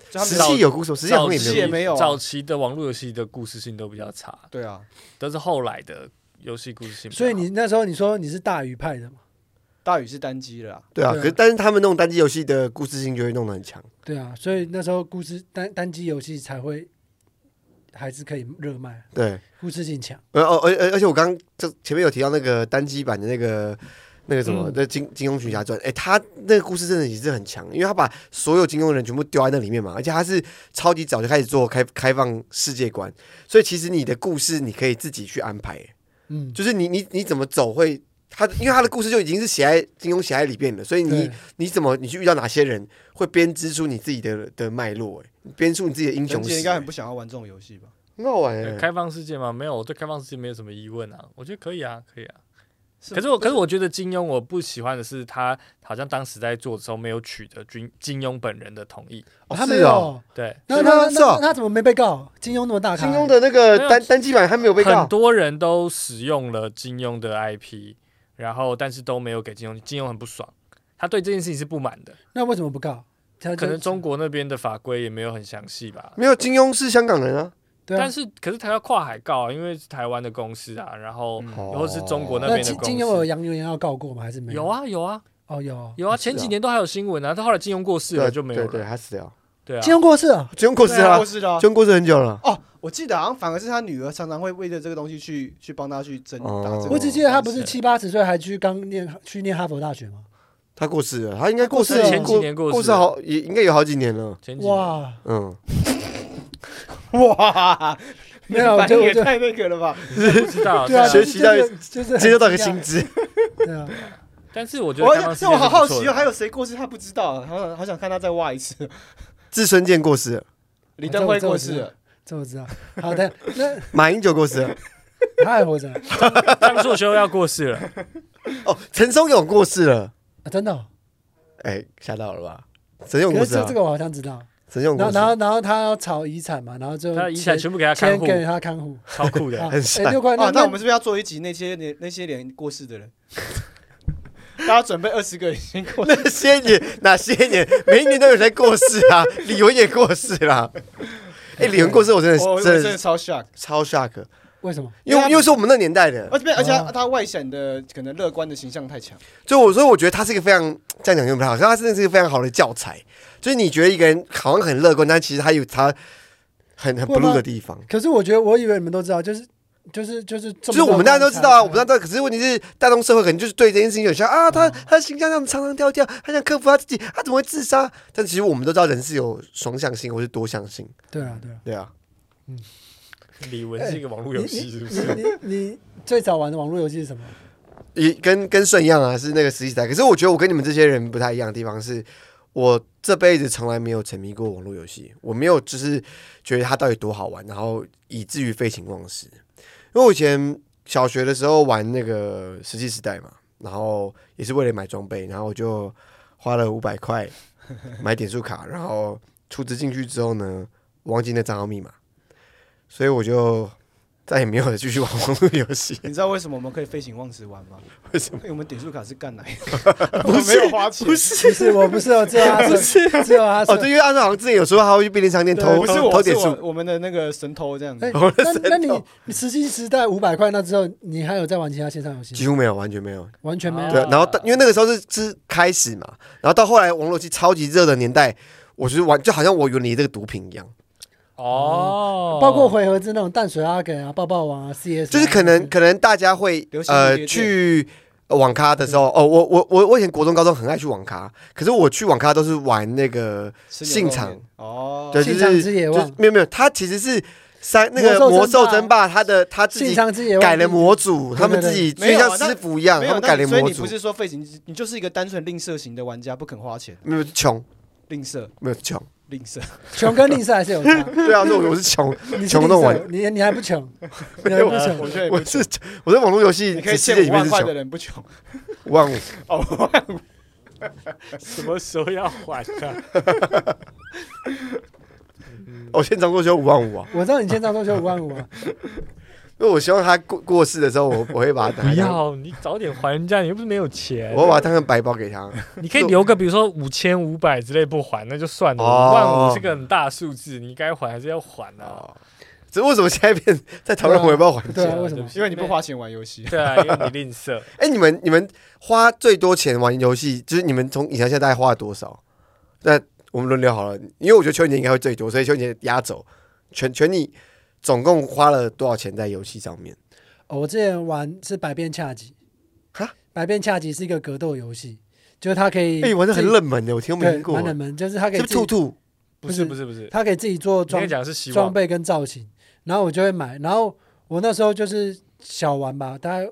Speaker 4: 就他
Speaker 2: 石
Speaker 4: 们
Speaker 2: 器有故事，石器好像
Speaker 3: 早
Speaker 2: 也
Speaker 4: 石器
Speaker 2: 没
Speaker 4: 也
Speaker 2: 有。
Speaker 4: 没有啊
Speaker 3: 早期的网络游戏的故事性都比较差，
Speaker 4: 对啊，
Speaker 3: 都是后来的游戏故事性比较
Speaker 1: 所
Speaker 3: 好。
Speaker 1: 以你那时候你说你是大鱼派的嘛？
Speaker 4: 大禹是单机了啊，
Speaker 2: 对啊，
Speaker 1: 对啊
Speaker 2: 可是但是他们那种单机游戏的故事性就会弄得很强。
Speaker 1: 对啊，所以那时候故事单单机游戏才会还是可以热卖，
Speaker 2: 对，
Speaker 1: 故事性强。
Speaker 2: 而哦而而而且我刚刚这前面有提到那个单机版的那个那个什么，
Speaker 1: 嗯
Speaker 2: 那、金金庸群侠传》，哎，他那个故事真的也是很强，因为他把所有金庸人全部丢在那里面嘛，而且他是超级早就开始做开开放世界观，所以其实你的故事你可以自己去安排，
Speaker 1: 嗯，
Speaker 2: 就是你你你怎么走会。他因为他的故事就已经是写在金庸写在里面了，所以你
Speaker 1: 对
Speaker 2: 你怎么你去遇到哪些人，会编织出你自己的的脉络、哎，编出你自己的英
Speaker 4: 陈
Speaker 2: 雄史、
Speaker 4: 杰应该很
Speaker 2: 哎
Speaker 4: 不想要玩这种游戏吧？
Speaker 2: 很好玩、
Speaker 3: 呃
Speaker 2: 哎。
Speaker 3: 开放世界吗？没有，我对开放世界没有什么疑问啊，我觉得可以啊，可以啊。
Speaker 4: 是
Speaker 3: 可是我，可是我觉得金庸我不喜欢的是他好像当时在做的时候没有取得金金庸本人的同意，
Speaker 2: 哦
Speaker 1: 他
Speaker 2: 是
Speaker 1: 啊没有
Speaker 2: 哦。
Speaker 3: 对，
Speaker 1: 那
Speaker 2: 是吗
Speaker 1: 那
Speaker 2: 是哦
Speaker 1: 那那怎么没被告？金庸那么大咖，
Speaker 2: 金庸的那个
Speaker 3: 没有
Speaker 2: 单单机版还没有被
Speaker 3: 很
Speaker 2: 告，
Speaker 3: 多人都使用了金庸的 IP，然后但是都没有给金庸，金庸很不爽，他对这件事情是不满的，
Speaker 1: 那为什么不告？他
Speaker 3: 可
Speaker 1: 就
Speaker 3: 能中国那边的法规也没有很详细吧。
Speaker 2: 没有金庸是香港人啊，
Speaker 1: 对啊
Speaker 3: 但是，可是他要跨海告、啊，因为是台湾的公司啊，然后
Speaker 4: 嗯
Speaker 2: 哦
Speaker 3: 或者是中国那
Speaker 1: 那
Speaker 3: 边的
Speaker 1: 金
Speaker 3: 公司。
Speaker 1: 金庸有杨元要告过吗？还是没
Speaker 3: 有？啊有啊
Speaker 1: 哦，有哦。
Speaker 3: 有啊，
Speaker 2: 是啊
Speaker 3: 前几年都还有新闻啊，但后来金庸过世了就没有
Speaker 2: 对对，
Speaker 3: 了。
Speaker 2: 他死掉，
Speaker 3: 对啊，
Speaker 1: 金庸过世啊，
Speaker 2: 金庸过世
Speaker 4: 对啊
Speaker 2: 了
Speaker 4: 过，世的啊
Speaker 2: 金庸过世很久了，
Speaker 4: 哦，我记得好像反而是他女儿常常会为了这个东西去去帮他去争
Speaker 2: 哦
Speaker 4: 打争。
Speaker 1: 我只记得他不是七八十岁还去刚念去念哈佛大学吗？
Speaker 2: 他过世了，他应该过世
Speaker 1: 过世了
Speaker 2: 已经
Speaker 3: 前几年过世
Speaker 2: 过世好也应该有好几年了，
Speaker 3: 前几年
Speaker 1: 哇，
Speaker 2: 嗯，
Speaker 4: 哇，
Speaker 1: 没有
Speaker 4: 那
Speaker 1: 就
Speaker 4: 也
Speaker 1: 就
Speaker 4: 太那个了吧？
Speaker 3: 不知道，
Speaker 1: 对啊，
Speaker 2: 学
Speaker 1: 就
Speaker 2: 习
Speaker 1: 是
Speaker 2: 到
Speaker 1: 就是
Speaker 2: 接受到一个新 知，
Speaker 1: 对啊，
Speaker 3: 但是我觉得
Speaker 4: 我
Speaker 3: 开放世界
Speaker 4: 这我好好
Speaker 3: 是不错
Speaker 4: 奇
Speaker 3: 的
Speaker 4: 哦，还有谁过世他不知道啊？好想好想看他再挖一次。
Speaker 2: 至尊剑过世了，
Speaker 4: 李登辉过世了，
Speaker 1: 这我知道。好的，那
Speaker 2: 马英九过世了，
Speaker 1: 他还活着啊
Speaker 3: 张硕修要过世了，
Speaker 2: 哦，陈松勇过世了，
Speaker 1: 啊真的哦？
Speaker 2: 哎，吓到了吧？陈松勇
Speaker 1: 可
Speaker 2: 过
Speaker 1: 是
Speaker 2: 世了
Speaker 1: 这这，个我好像知道，
Speaker 2: 神勇
Speaker 1: 然
Speaker 2: 公
Speaker 1: 后
Speaker 2: 司
Speaker 1: 然后然后他要炒遗产嘛，然后就
Speaker 3: 他的遗产
Speaker 1: 签
Speaker 3: 全部给他看
Speaker 1: 签
Speaker 3: 护，
Speaker 1: 给他看护。
Speaker 3: 超酷的。
Speaker 1: 啊
Speaker 2: 很
Speaker 1: 哎
Speaker 2: 帅
Speaker 1: 六块
Speaker 4: 哦，那
Speaker 1: 那
Speaker 4: 我们是不是要做一集那些年那些年过世的人？ 大家准备二十个已经过世，
Speaker 2: 那些年哪些年，每一年都有人在过世啊，李玟也过世 啦。哎、李玟过世，我真的
Speaker 4: 我我
Speaker 2: 是
Speaker 4: 真
Speaker 2: 真的
Speaker 4: 的
Speaker 2: 是
Speaker 4: 超 shock。
Speaker 2: 超 shock，啊
Speaker 1: 为什么？
Speaker 2: 因为因为是我们那年代的，
Speaker 4: 而且而且他
Speaker 1: 啊
Speaker 4: 他外显的可能乐观的形象太强，
Speaker 2: 就我所以我觉得他是一个非常这样讲就不太好，可是他真的是一个非常好的教材。就是你觉得一个人好像很乐观，但其实他有他很很
Speaker 1: 会吗
Speaker 2: blue 的地方。
Speaker 1: 可是我觉得，我以为你们都知道，就是就是就是这
Speaker 2: 就
Speaker 1: 么
Speaker 2: 是我们大家都知道啊，我
Speaker 1: 多
Speaker 2: 们大家都可是问题是，大众社会可能就是对这件事情有像
Speaker 1: 嗯
Speaker 2: 啊，他他的形象这样唱唱跳跳，他想克服他自己，他怎么会自杀？但其实我们都知道人是有双向性或是多向性，
Speaker 1: 对啊对啊。
Speaker 2: 对啊。
Speaker 3: 李玟是一个网络游戏，是不是？
Speaker 1: 哎你你你最早玩的网络游戏是什么？
Speaker 2: 也跟跟顺一样啊，是那个实习代。可是我觉得我跟你们这些人不太一样的地方是，我这辈子从来没有沉迷过网络游戏，我没有就是觉得它到底多好玩，然后以至于废寝忘食。因为我以前小学的时候玩那个《石器时代》嘛，然后也是为了买装备，然后我就花了五百 块买点数卡，然后充值进去之后呢，忘记那账号密码，所以我就再也没有继续玩网络游戏。
Speaker 4: 你知道为什么我们可以废寝忘食玩吗？
Speaker 2: 为什么？
Speaker 4: 因 为我们点数卡是干来 的，我们没有花钱，
Speaker 2: 不是
Speaker 1: 不是我不是哦，只有 阿顺，只有阿
Speaker 2: 哦，
Speaker 1: 顺。
Speaker 2: 对，因为按照好像之前有时候他会去便利商店偷
Speaker 4: 不是
Speaker 2: 偷偷
Speaker 4: 我是
Speaker 2: 点
Speaker 4: 我
Speaker 2: 数，
Speaker 4: 我们的那个神偷这样
Speaker 1: 哎
Speaker 4: 子，
Speaker 1: 那那你你实际时代五百块那之后，你还有在玩其他线上游戏
Speaker 2: 几
Speaker 1: 吗？
Speaker 2: 乎没有，完全没有。
Speaker 1: 完全没有。
Speaker 2: 对，啊然后到因为那个时候是是开始嘛，然后到后来网络游戏超级热的年代，我就是玩，就好像我远离这个毒品一样，
Speaker 3: 哦，
Speaker 1: 包括回合制那种淡水阿给啊、抱抱王啊、CS，啊
Speaker 2: 就是可能可能大家会
Speaker 4: 流行蝴
Speaker 2: 呃
Speaker 4: 蝶结
Speaker 2: 去。呃网咖的时候，
Speaker 1: 嗯
Speaker 2: 哦，我我我我以前国中、高中很爱去网咖，可是我去网咖都是玩那个，
Speaker 4: 吃牛肉
Speaker 2: 信场
Speaker 4: 面哦，
Speaker 2: 对，就
Speaker 1: 信长
Speaker 2: 是
Speaker 1: 之野
Speaker 2: 就是
Speaker 1: 望
Speaker 2: 没有没有，他其实是三那个魔
Speaker 1: 魔兽
Speaker 2: 兽
Speaker 1: 争
Speaker 2: 争霸，他的他自
Speaker 1: 信
Speaker 2: 己
Speaker 1: 长之野望
Speaker 2: 改了模组，
Speaker 1: 对
Speaker 2: 他们
Speaker 1: 对
Speaker 2: 自己
Speaker 4: 没
Speaker 2: 就
Speaker 4: 有啊
Speaker 2: 像师傅一样，
Speaker 4: 没
Speaker 2: 他
Speaker 4: 有，
Speaker 2: 们改
Speaker 4: 那你
Speaker 2: 了
Speaker 4: 所以
Speaker 2: 模
Speaker 4: 你
Speaker 2: 组
Speaker 4: 不，是说废寝，你你就是一个单纯吝啬型的玩家，不肯花钱，
Speaker 2: 没有穷，
Speaker 4: 吝啬
Speaker 2: 没有穷。
Speaker 4: 吝啬。
Speaker 1: 穷跟吝啬还是 有差。
Speaker 2: 对啊，说我我是 穷，
Speaker 1: 你是
Speaker 2: 穷那种玩
Speaker 1: 吝啬你你还不 穷，你还
Speaker 2: 有
Speaker 1: 不
Speaker 2: 啊
Speaker 1: 穷
Speaker 4: 我。觉得也不
Speaker 2: 我是我在网络游戏
Speaker 4: 你可以
Speaker 2: 世
Speaker 4: 欠
Speaker 2: 界里
Speaker 4: 五
Speaker 2: 面
Speaker 4: 万
Speaker 2: 是
Speaker 4: 块的
Speaker 2: 穷，
Speaker 4: 人不穷
Speaker 2: 五万五。
Speaker 4: 哦，五万五
Speaker 3: 什么时候要还 啊？
Speaker 2: 我现场过修五万五啊，
Speaker 1: 我知道你线上都修五万五 啊，
Speaker 2: 因为我希望他过过世的时候，我我会把它
Speaker 3: 不
Speaker 2: 拿掉，
Speaker 3: 要，你早点还人家，你又不是没有钱。
Speaker 2: 我会把它当成白包给他。
Speaker 3: 你可以留个，比如说五千五百之类不还，那就算了。
Speaker 2: 哦
Speaker 3: 五万五是个很大数字，你该还还是要还啊。
Speaker 4: 哦
Speaker 2: 只是为什么现在变在讨论我要不要还
Speaker 1: 对
Speaker 2: 钱？
Speaker 1: 啊，为什么？
Speaker 4: 因为你不花钱玩游戏，
Speaker 3: 对啊，因为你吝啬。
Speaker 2: 哎，你们你们花最多钱玩游戏，就是你们从以前到现在大概花了多少？那我们轮流好了，因为我觉得秋年应该会最多，所以秋年压轴。全全你总共花了多少钱在游戏上面？
Speaker 1: 哦我之前玩是百变恰吉
Speaker 2: 哈，
Speaker 1: 百变恰吉是一个格斗游戏，就是它可以
Speaker 2: 哎、玩的很
Speaker 1: 自己
Speaker 2: 冷门的，我听都没
Speaker 1: 对，
Speaker 2: 听过
Speaker 1: 蛮。冷门，就是他可以
Speaker 2: 是不
Speaker 1: 自己
Speaker 2: 是兔兔？
Speaker 3: 不是
Speaker 1: 不
Speaker 3: 不是不是，
Speaker 1: 他可以自己做
Speaker 3: 你应
Speaker 1: 装
Speaker 3: 该讲是希
Speaker 1: 装
Speaker 3: 望。
Speaker 1: 备跟造型，然后我就会买，然后我那时候就是小玩吧，大概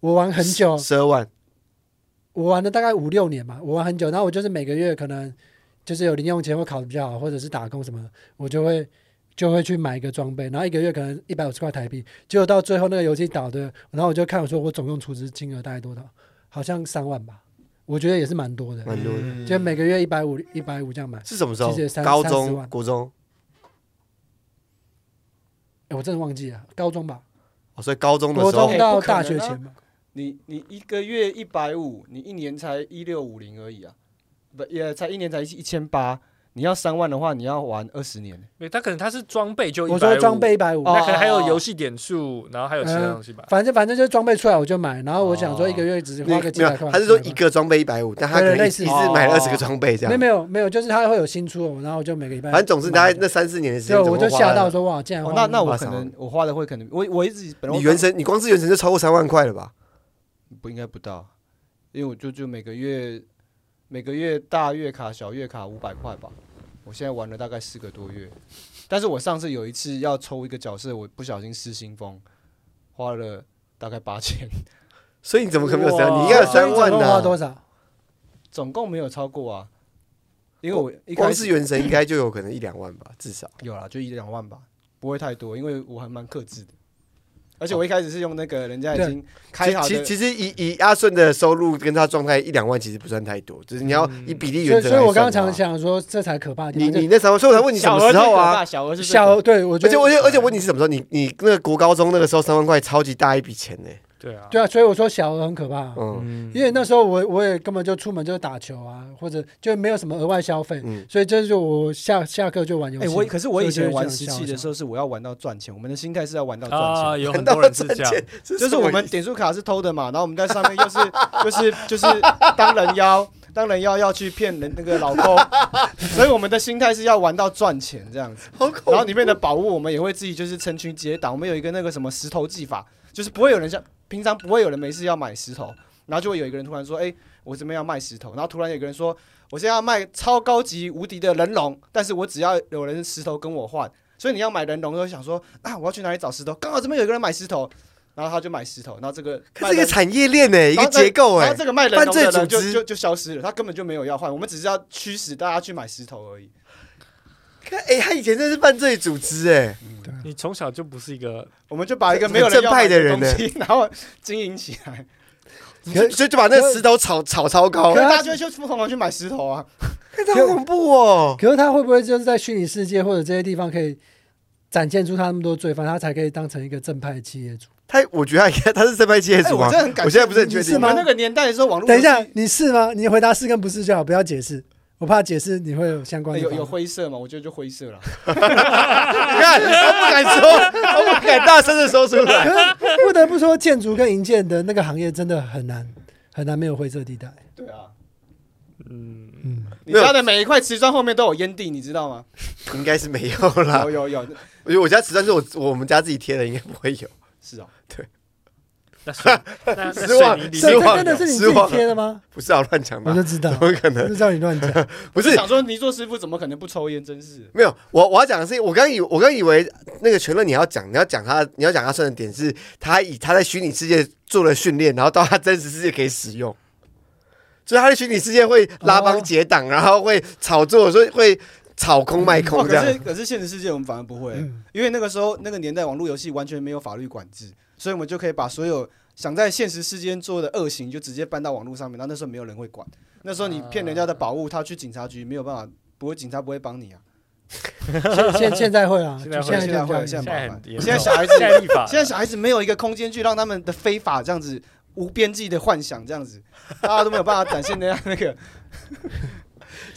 Speaker 1: 我玩很久，
Speaker 2: 蛇丸
Speaker 1: 我玩了大概五六年吧，我玩很久，然后我就是每个月可能就是有零用钱会考的比较好，或者是打工什么的，我就会就会去买一个装备，然后一个月可能一百五十块台币，结果到最后那个游戏倒的，然后我就看我说我总共储值金额大概多少，好像三万吧，我觉得也是蛮多的，
Speaker 2: 蛮多的
Speaker 3: 嗯
Speaker 1: 就每个月一百五一百五这样买。
Speaker 2: 是什么时候
Speaker 1: 其实也？三
Speaker 2: 高
Speaker 1: 30
Speaker 2: 中、
Speaker 1: 万
Speaker 2: 国中
Speaker 1: 哎我真的忘记了，高中吧，
Speaker 2: 哦，所以高中的
Speaker 1: 国
Speaker 2: 时候
Speaker 1: 中
Speaker 4: 哎
Speaker 1: 到
Speaker 4: 不可能
Speaker 1: 大
Speaker 4: 啊
Speaker 1: 学前吧，
Speaker 4: 你你一个月一百五，你一年才一六五零而已啊，不也才一年才一一千八。你要三万的话，你要玩二十年。
Speaker 3: 没他可能他是装备就
Speaker 1: 我
Speaker 3: 150
Speaker 1: 说装，备一百五，
Speaker 4: 哦
Speaker 3: 那可能还有游戏点数，然后还有其他东西吧。
Speaker 1: 反正反正就是装备出来我就买，然后我想说一个月只
Speaker 2: 那
Speaker 1: 花个
Speaker 2: 个
Speaker 1: 几
Speaker 2: 哦没
Speaker 1: 百块。
Speaker 2: 有，他是说
Speaker 1: 几百
Speaker 2: 一
Speaker 1: 块
Speaker 2: 个装备一百五，但他可
Speaker 1: 对
Speaker 2: 能一
Speaker 1: 类
Speaker 2: 一
Speaker 1: 似
Speaker 2: 次买了
Speaker 4: 哦
Speaker 2: 二十个装备这
Speaker 1: 没有
Speaker 2: 样
Speaker 1: 没。有没有，就是它会有新出的，然后我就每个礼拜。
Speaker 2: 反正总是大概那三四年的时
Speaker 1: 对，
Speaker 2: 间，
Speaker 1: 我就
Speaker 2: 总共花
Speaker 1: 吓到
Speaker 2: 了。
Speaker 1: 说哇，竟然
Speaker 4: 哦
Speaker 1: 花，
Speaker 4: 那那我
Speaker 2: 花
Speaker 4: 可
Speaker 2: 三万
Speaker 4: 能我花的会可能我我一直本来
Speaker 2: 你
Speaker 4: 我
Speaker 2: 原神，你光是原神就超过三万块了吧？
Speaker 4: 不应该不到，因为我就就每个月每个月大月卡、小月卡五百块吧。我现在玩了大概四个多月，但是我上次有一次要抽一个角色，我不小心失心疯，花了大概八千，
Speaker 2: 所以你怎么可能没有
Speaker 3: 哇
Speaker 2: 三万？你应该有
Speaker 1: 所以
Speaker 2: 三
Speaker 1: 你总
Speaker 2: 万啊
Speaker 1: 共花多
Speaker 2: 呢。
Speaker 1: 少？
Speaker 4: 总共没有超过啊。因为我一开
Speaker 2: 光是
Speaker 4: 始
Speaker 2: 原神应该就有可能一两万吧，至少。
Speaker 4: 有啦，就一两万吧，不会太多，因为我还蛮克制的。而且我一开始是用那个人家已
Speaker 1: 对
Speaker 4: 经开好
Speaker 2: 哦啊其
Speaker 4: 的
Speaker 2: 实，其实以以阿顺的收入跟他状态一两万，其实不算太多，就是你要以比例
Speaker 1: 嗯所
Speaker 2: 原
Speaker 1: 以，所
Speaker 2: 则来
Speaker 1: 以
Speaker 2: 算的话。
Speaker 1: 我刚刚常想说，这才可怕的地
Speaker 2: 你
Speaker 1: 方。
Speaker 2: 你那什么，所以我才问你什
Speaker 4: 小
Speaker 2: 么
Speaker 4: 额
Speaker 2: 时
Speaker 4: 最
Speaker 2: 候
Speaker 4: 可
Speaker 2: 啊
Speaker 4: 怕，？小额
Speaker 1: 就是是
Speaker 4: 最可
Speaker 1: 小对我觉
Speaker 2: 而
Speaker 1: 得
Speaker 2: 且我就而且我问你是什么时候？你你那个国高中那个时候三万块超级大一笔钱呢、
Speaker 3: 对啊，
Speaker 1: 对啊，所以我说小额很可怕啊、
Speaker 2: 嗯
Speaker 3: 嗯
Speaker 1: 因为那时候我我也根本就出门就是打球啊，或者就没有什么额外消费，
Speaker 2: 嗯，
Speaker 1: 所以这就我下下课就玩游
Speaker 4: 哎、
Speaker 1: 戏。
Speaker 4: 我可是我以前玩
Speaker 1: 所
Speaker 4: 石
Speaker 1: 以就
Speaker 4: 器
Speaker 1: 是这样
Speaker 4: 的时候，是我要玩到赚钱，我们的心态是要玩到赚钱。
Speaker 3: 啊，有很多人是这样，
Speaker 4: 就是我们点数卡是偷的嘛，然后我们在上面又是 又是就是当人妖，当人妖要去骗人那个 老公，所以我们的心态是要玩到赚钱这样子。
Speaker 2: 好恐怖
Speaker 4: 然后里面的宝物我们也会自己就是成群结党，我们有一个那个什么石头技法，就是不会有人像平常不会有人没事要买石头，然后就会有一个人突然说，哎、我这边要卖石头，然后突然有一个人说，我现在要卖超高级无敌的人龙，但是我只要有人石头跟我换，所以你要买人龙，就想说啊，我要去哪里找石头？刚好这边有一个人买石头，然后他就买石头，然后这个
Speaker 2: 看这个产业链呢、一
Speaker 4: 然
Speaker 2: 个
Speaker 4: 后这
Speaker 2: 结构哎、
Speaker 4: 然后这个卖人龙的
Speaker 2: 犯罪
Speaker 4: 人
Speaker 2: 组
Speaker 4: 就
Speaker 2: 织
Speaker 4: 就就消失了，他根本就没有要换，我们只是要驱使大家去买石头而已。
Speaker 2: 看哎、他以前真是犯罪组织哎、
Speaker 3: 你从小就不是一个
Speaker 4: 我们就把一个没有人要买东
Speaker 2: 很正派
Speaker 4: 西，然后经营起来，
Speaker 2: 所以所以就把那个石头炒炒超高
Speaker 1: 可
Speaker 4: 可是，
Speaker 1: 是
Speaker 4: 大家就会去疯狂地去买石头啊。
Speaker 2: 看他好恐怖哦、
Speaker 1: 可是他会不会就是在虚拟世界或者这些地方可以展现出他那么多罪犯，他才可以当成一个正派的企业主？
Speaker 2: 他我觉得他他是身败企业
Speaker 4: 哎，
Speaker 2: 主
Speaker 4: 我
Speaker 2: 吗
Speaker 4: 真？的很感
Speaker 2: 我现在不是很确
Speaker 1: 是
Speaker 2: 定
Speaker 4: 你
Speaker 1: 吗
Speaker 4: 们那个年代的时候，网络
Speaker 1: 等一下
Speaker 4: 游戏，
Speaker 1: 你是吗？你回答是跟不是就好，不要解释，我怕解释你会有相关
Speaker 4: 哎
Speaker 1: 的
Speaker 4: 有
Speaker 1: 反应。
Speaker 4: 有灰色嘛？我觉得就灰色 了。
Speaker 2: 你看他不敢说，他不敢大声的说出 来。
Speaker 1: 可是不得不说，建筑跟营建的那个行业真的很难，很难没有灰色地带。
Speaker 4: 对啊，
Speaker 3: 嗯，
Speaker 1: 嗯，
Speaker 4: 你家的每一块瓷砖后面都有烟蒂，你知道吗？
Speaker 2: 应该是没有啦
Speaker 4: 有，有有，
Speaker 2: 我觉得我家瓷砖是我我们家自己贴的，应该不会有。
Speaker 4: 是哦。
Speaker 3: 那水那那
Speaker 2: 失望
Speaker 3: 水泥里
Speaker 2: 失
Speaker 1: 这
Speaker 2: 望
Speaker 1: 真的是你
Speaker 2: 失
Speaker 1: 自己
Speaker 2: 望
Speaker 1: 贴的吗？
Speaker 2: 不是啊，乱讲
Speaker 1: 我
Speaker 2: 的
Speaker 1: 就
Speaker 2: 啊，
Speaker 1: 知道
Speaker 2: 怎，么可
Speaker 1: 我
Speaker 2: 能？
Speaker 1: 就知道你乱讲。
Speaker 2: 不
Speaker 4: 我
Speaker 2: 是
Speaker 4: 想说泥做师傅怎么可能不抽烟？真是。
Speaker 2: 没有，我我要讲的是，我刚以我刚以为那个全乐你要讲，你要讲他，你要讲他算的点是，他以他在虚拟世界做了训练，然后到他真实世界可以使用，所以他在虚拟世界会拉帮结党，然后会炒作，所以会炒空卖
Speaker 4: 哦，
Speaker 2: 空嗯这
Speaker 4: 可
Speaker 1: 嗯
Speaker 2: 样。
Speaker 4: 是可是现实世界我们反而不会，因为那个时候那个年代网络游戏完全没有法律管制，所以我们就可以把所有想在现实世间做的恶行就直接搬到网络上面。然后那时候没有人会管，那时候你骗人家的宝物，他去警察局没有办法，不会警察不会帮你啊。
Speaker 1: 现现现在会啊，
Speaker 3: 现在
Speaker 1: 就
Speaker 3: 会
Speaker 1: 现在
Speaker 4: 现在
Speaker 1: 就
Speaker 4: 会
Speaker 1: 会
Speaker 4: 现
Speaker 3: 现
Speaker 4: 在
Speaker 3: 在很严重
Speaker 4: 现在小孩子
Speaker 3: 现在立法了，
Speaker 4: 现在小孩子没有一个空间去让他们的非法这样子无边际的幻想这 样子，大家都没有办法展现人家那个。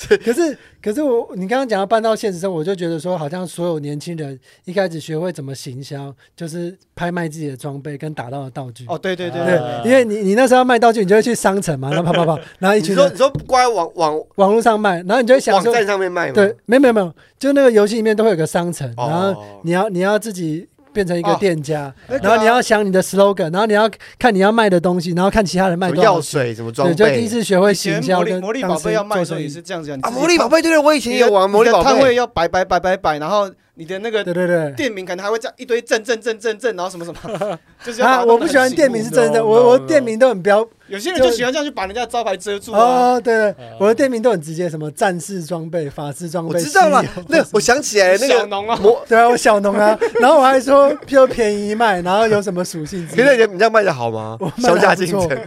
Speaker 1: 可是，可是我你刚刚讲要搬到现实生活，我就觉得说，好像所有年轻人一开始学会怎么行销，就是拍卖自己的装备跟打造的道具。
Speaker 4: 哦，对对对
Speaker 1: 对
Speaker 4: 对，
Speaker 3: 啊
Speaker 1: 因为你你那时候要卖道具，你就会去商城嘛，然后啪啪啪，然后一
Speaker 2: 你
Speaker 1: 群
Speaker 2: 说
Speaker 1: 人
Speaker 2: 你说不挂在网网
Speaker 1: 网络上卖，然后你就会想
Speaker 2: 网
Speaker 1: 说，
Speaker 2: 站上面卖吗？
Speaker 1: 对，，没有没有没有，就那个游戏里面都会有个商城，然后
Speaker 2: 哦，
Speaker 1: 你要你要自己变成一个
Speaker 4: 哦
Speaker 1: 店家，
Speaker 4: 那个啊
Speaker 1: 然后你要想你的 slogan，然后你要看你要卖的东西，然后看其他人卖
Speaker 2: 什
Speaker 1: 多
Speaker 2: 么
Speaker 1: 少
Speaker 2: 药
Speaker 1: 钱。
Speaker 2: 水，什么装
Speaker 1: 对，就第
Speaker 2: 备
Speaker 1: 一。次学会
Speaker 4: 以前
Speaker 1: 行销
Speaker 4: 魔力
Speaker 1: 跟
Speaker 4: 魔力
Speaker 1: 当
Speaker 4: 宝
Speaker 1: 时
Speaker 4: 贝要卖的
Speaker 1: 做
Speaker 4: 时候
Speaker 1: 生
Speaker 4: 也
Speaker 1: 意
Speaker 4: 是这样子啊，你
Speaker 2: 啊，
Speaker 4: 自己
Speaker 2: 魔力宝贝，对对，我以前也玩
Speaker 4: 你的
Speaker 2: 魔力宝
Speaker 4: 摊位
Speaker 2: 贝，
Speaker 4: 要摆摆摆摆摆，然后你的那个
Speaker 1: 对对对，
Speaker 4: 店名可能还会这样一堆正正正正正，然后什么什么，就是要把
Speaker 1: 啊，
Speaker 4: 它弄得
Speaker 1: 我不喜欢
Speaker 4: 醒
Speaker 1: 店
Speaker 4: 目
Speaker 1: 名是
Speaker 3: 你
Speaker 1: 真的，
Speaker 3: 懂
Speaker 1: 我我
Speaker 3: 懂
Speaker 1: 店名都很标
Speaker 4: 有些人就喜欢这样去把人家的招牌遮住啊。
Speaker 1: 哦，对对
Speaker 3: 嗯，
Speaker 1: 我的店名都很直接，什么战士装备、法师装
Speaker 2: 我
Speaker 1: 备，
Speaker 2: 知道了
Speaker 1: 西游。
Speaker 2: 那我想起哎来 那
Speaker 4: 小
Speaker 2: 个
Speaker 4: 农啊，
Speaker 2: 魔，
Speaker 1: 对啊，我小农啊， 然后我还说就便宜卖，然后有什么属性之
Speaker 2: 可是
Speaker 1: 类的，
Speaker 2: 你你这样卖的好吗
Speaker 1: 我？卖
Speaker 2: 销
Speaker 1: 得
Speaker 2: 价
Speaker 1: 还不
Speaker 2: 竞
Speaker 1: 错
Speaker 2: 争。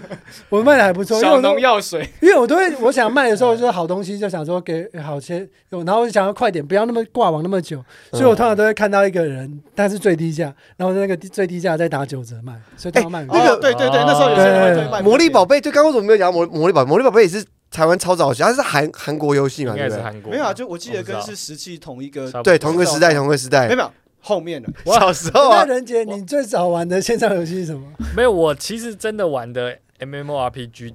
Speaker 1: 我卖的还不错，因为
Speaker 4: 小
Speaker 1: 我都
Speaker 4: 农药水，
Speaker 1: 因为我都会我想卖的时候就是好东西，就想说给好些，然后我就想要快点，不要那么挂网那么久，所以我通常都会看到一个人，但是最低价，然后那个低最低价再打九折卖，所以通常卖很贵
Speaker 2: 那个
Speaker 4: 哦对对对，那时候有些人会推卖
Speaker 2: 魔力宝贝，对，刚刚为什么没有讲到魔魔力宝贝？魔力宝贝也是台湾超早期，它是韩韩国游戏嘛，
Speaker 3: 应该也
Speaker 2: 对不
Speaker 3: 是
Speaker 2: 对？
Speaker 3: 韩国，
Speaker 4: 没有啊，就我记得跟
Speaker 3: 我不知
Speaker 4: 是
Speaker 3: 道
Speaker 4: 石器同一个，
Speaker 3: 差不多
Speaker 2: 对，同个时代，同个时
Speaker 4: 没
Speaker 2: 代。
Speaker 4: 有没有后面的，
Speaker 2: 小时候
Speaker 1: 那
Speaker 2: 啊，
Speaker 1: 任杰，
Speaker 3: 我
Speaker 1: 你最早玩的线上游戏是什么？
Speaker 3: 没有，我其实真的玩的 MMORPG，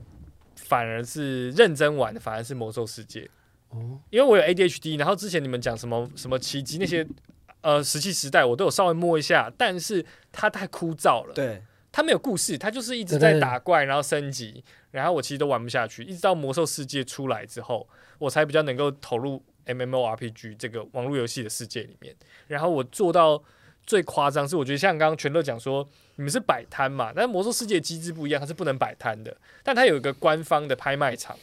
Speaker 3: 反而是认真玩的，反而是魔兽世界。
Speaker 1: 哦，
Speaker 3: 因为我有 ADHD，然后之前你们讲什么什么奇迹那些，呃，石器时代我都有稍微摸一下，但是它太枯燥了，
Speaker 4: 对，
Speaker 3: 它没有故事，它就是一直
Speaker 1: 对
Speaker 3: 在
Speaker 1: 对
Speaker 3: 打怪，然后升级，然后我其实都玩不下去，一直到魔兽世界出来之后，我才比较能够投入 MMORPG 这个网络游戏的世界里面。然后我做到最夸张是，我觉得像刚刚全乐讲说，你们是摆摊嘛，但是魔兽世界机制不一样，它是不能摆摊的，但它有一个官方的拍卖场。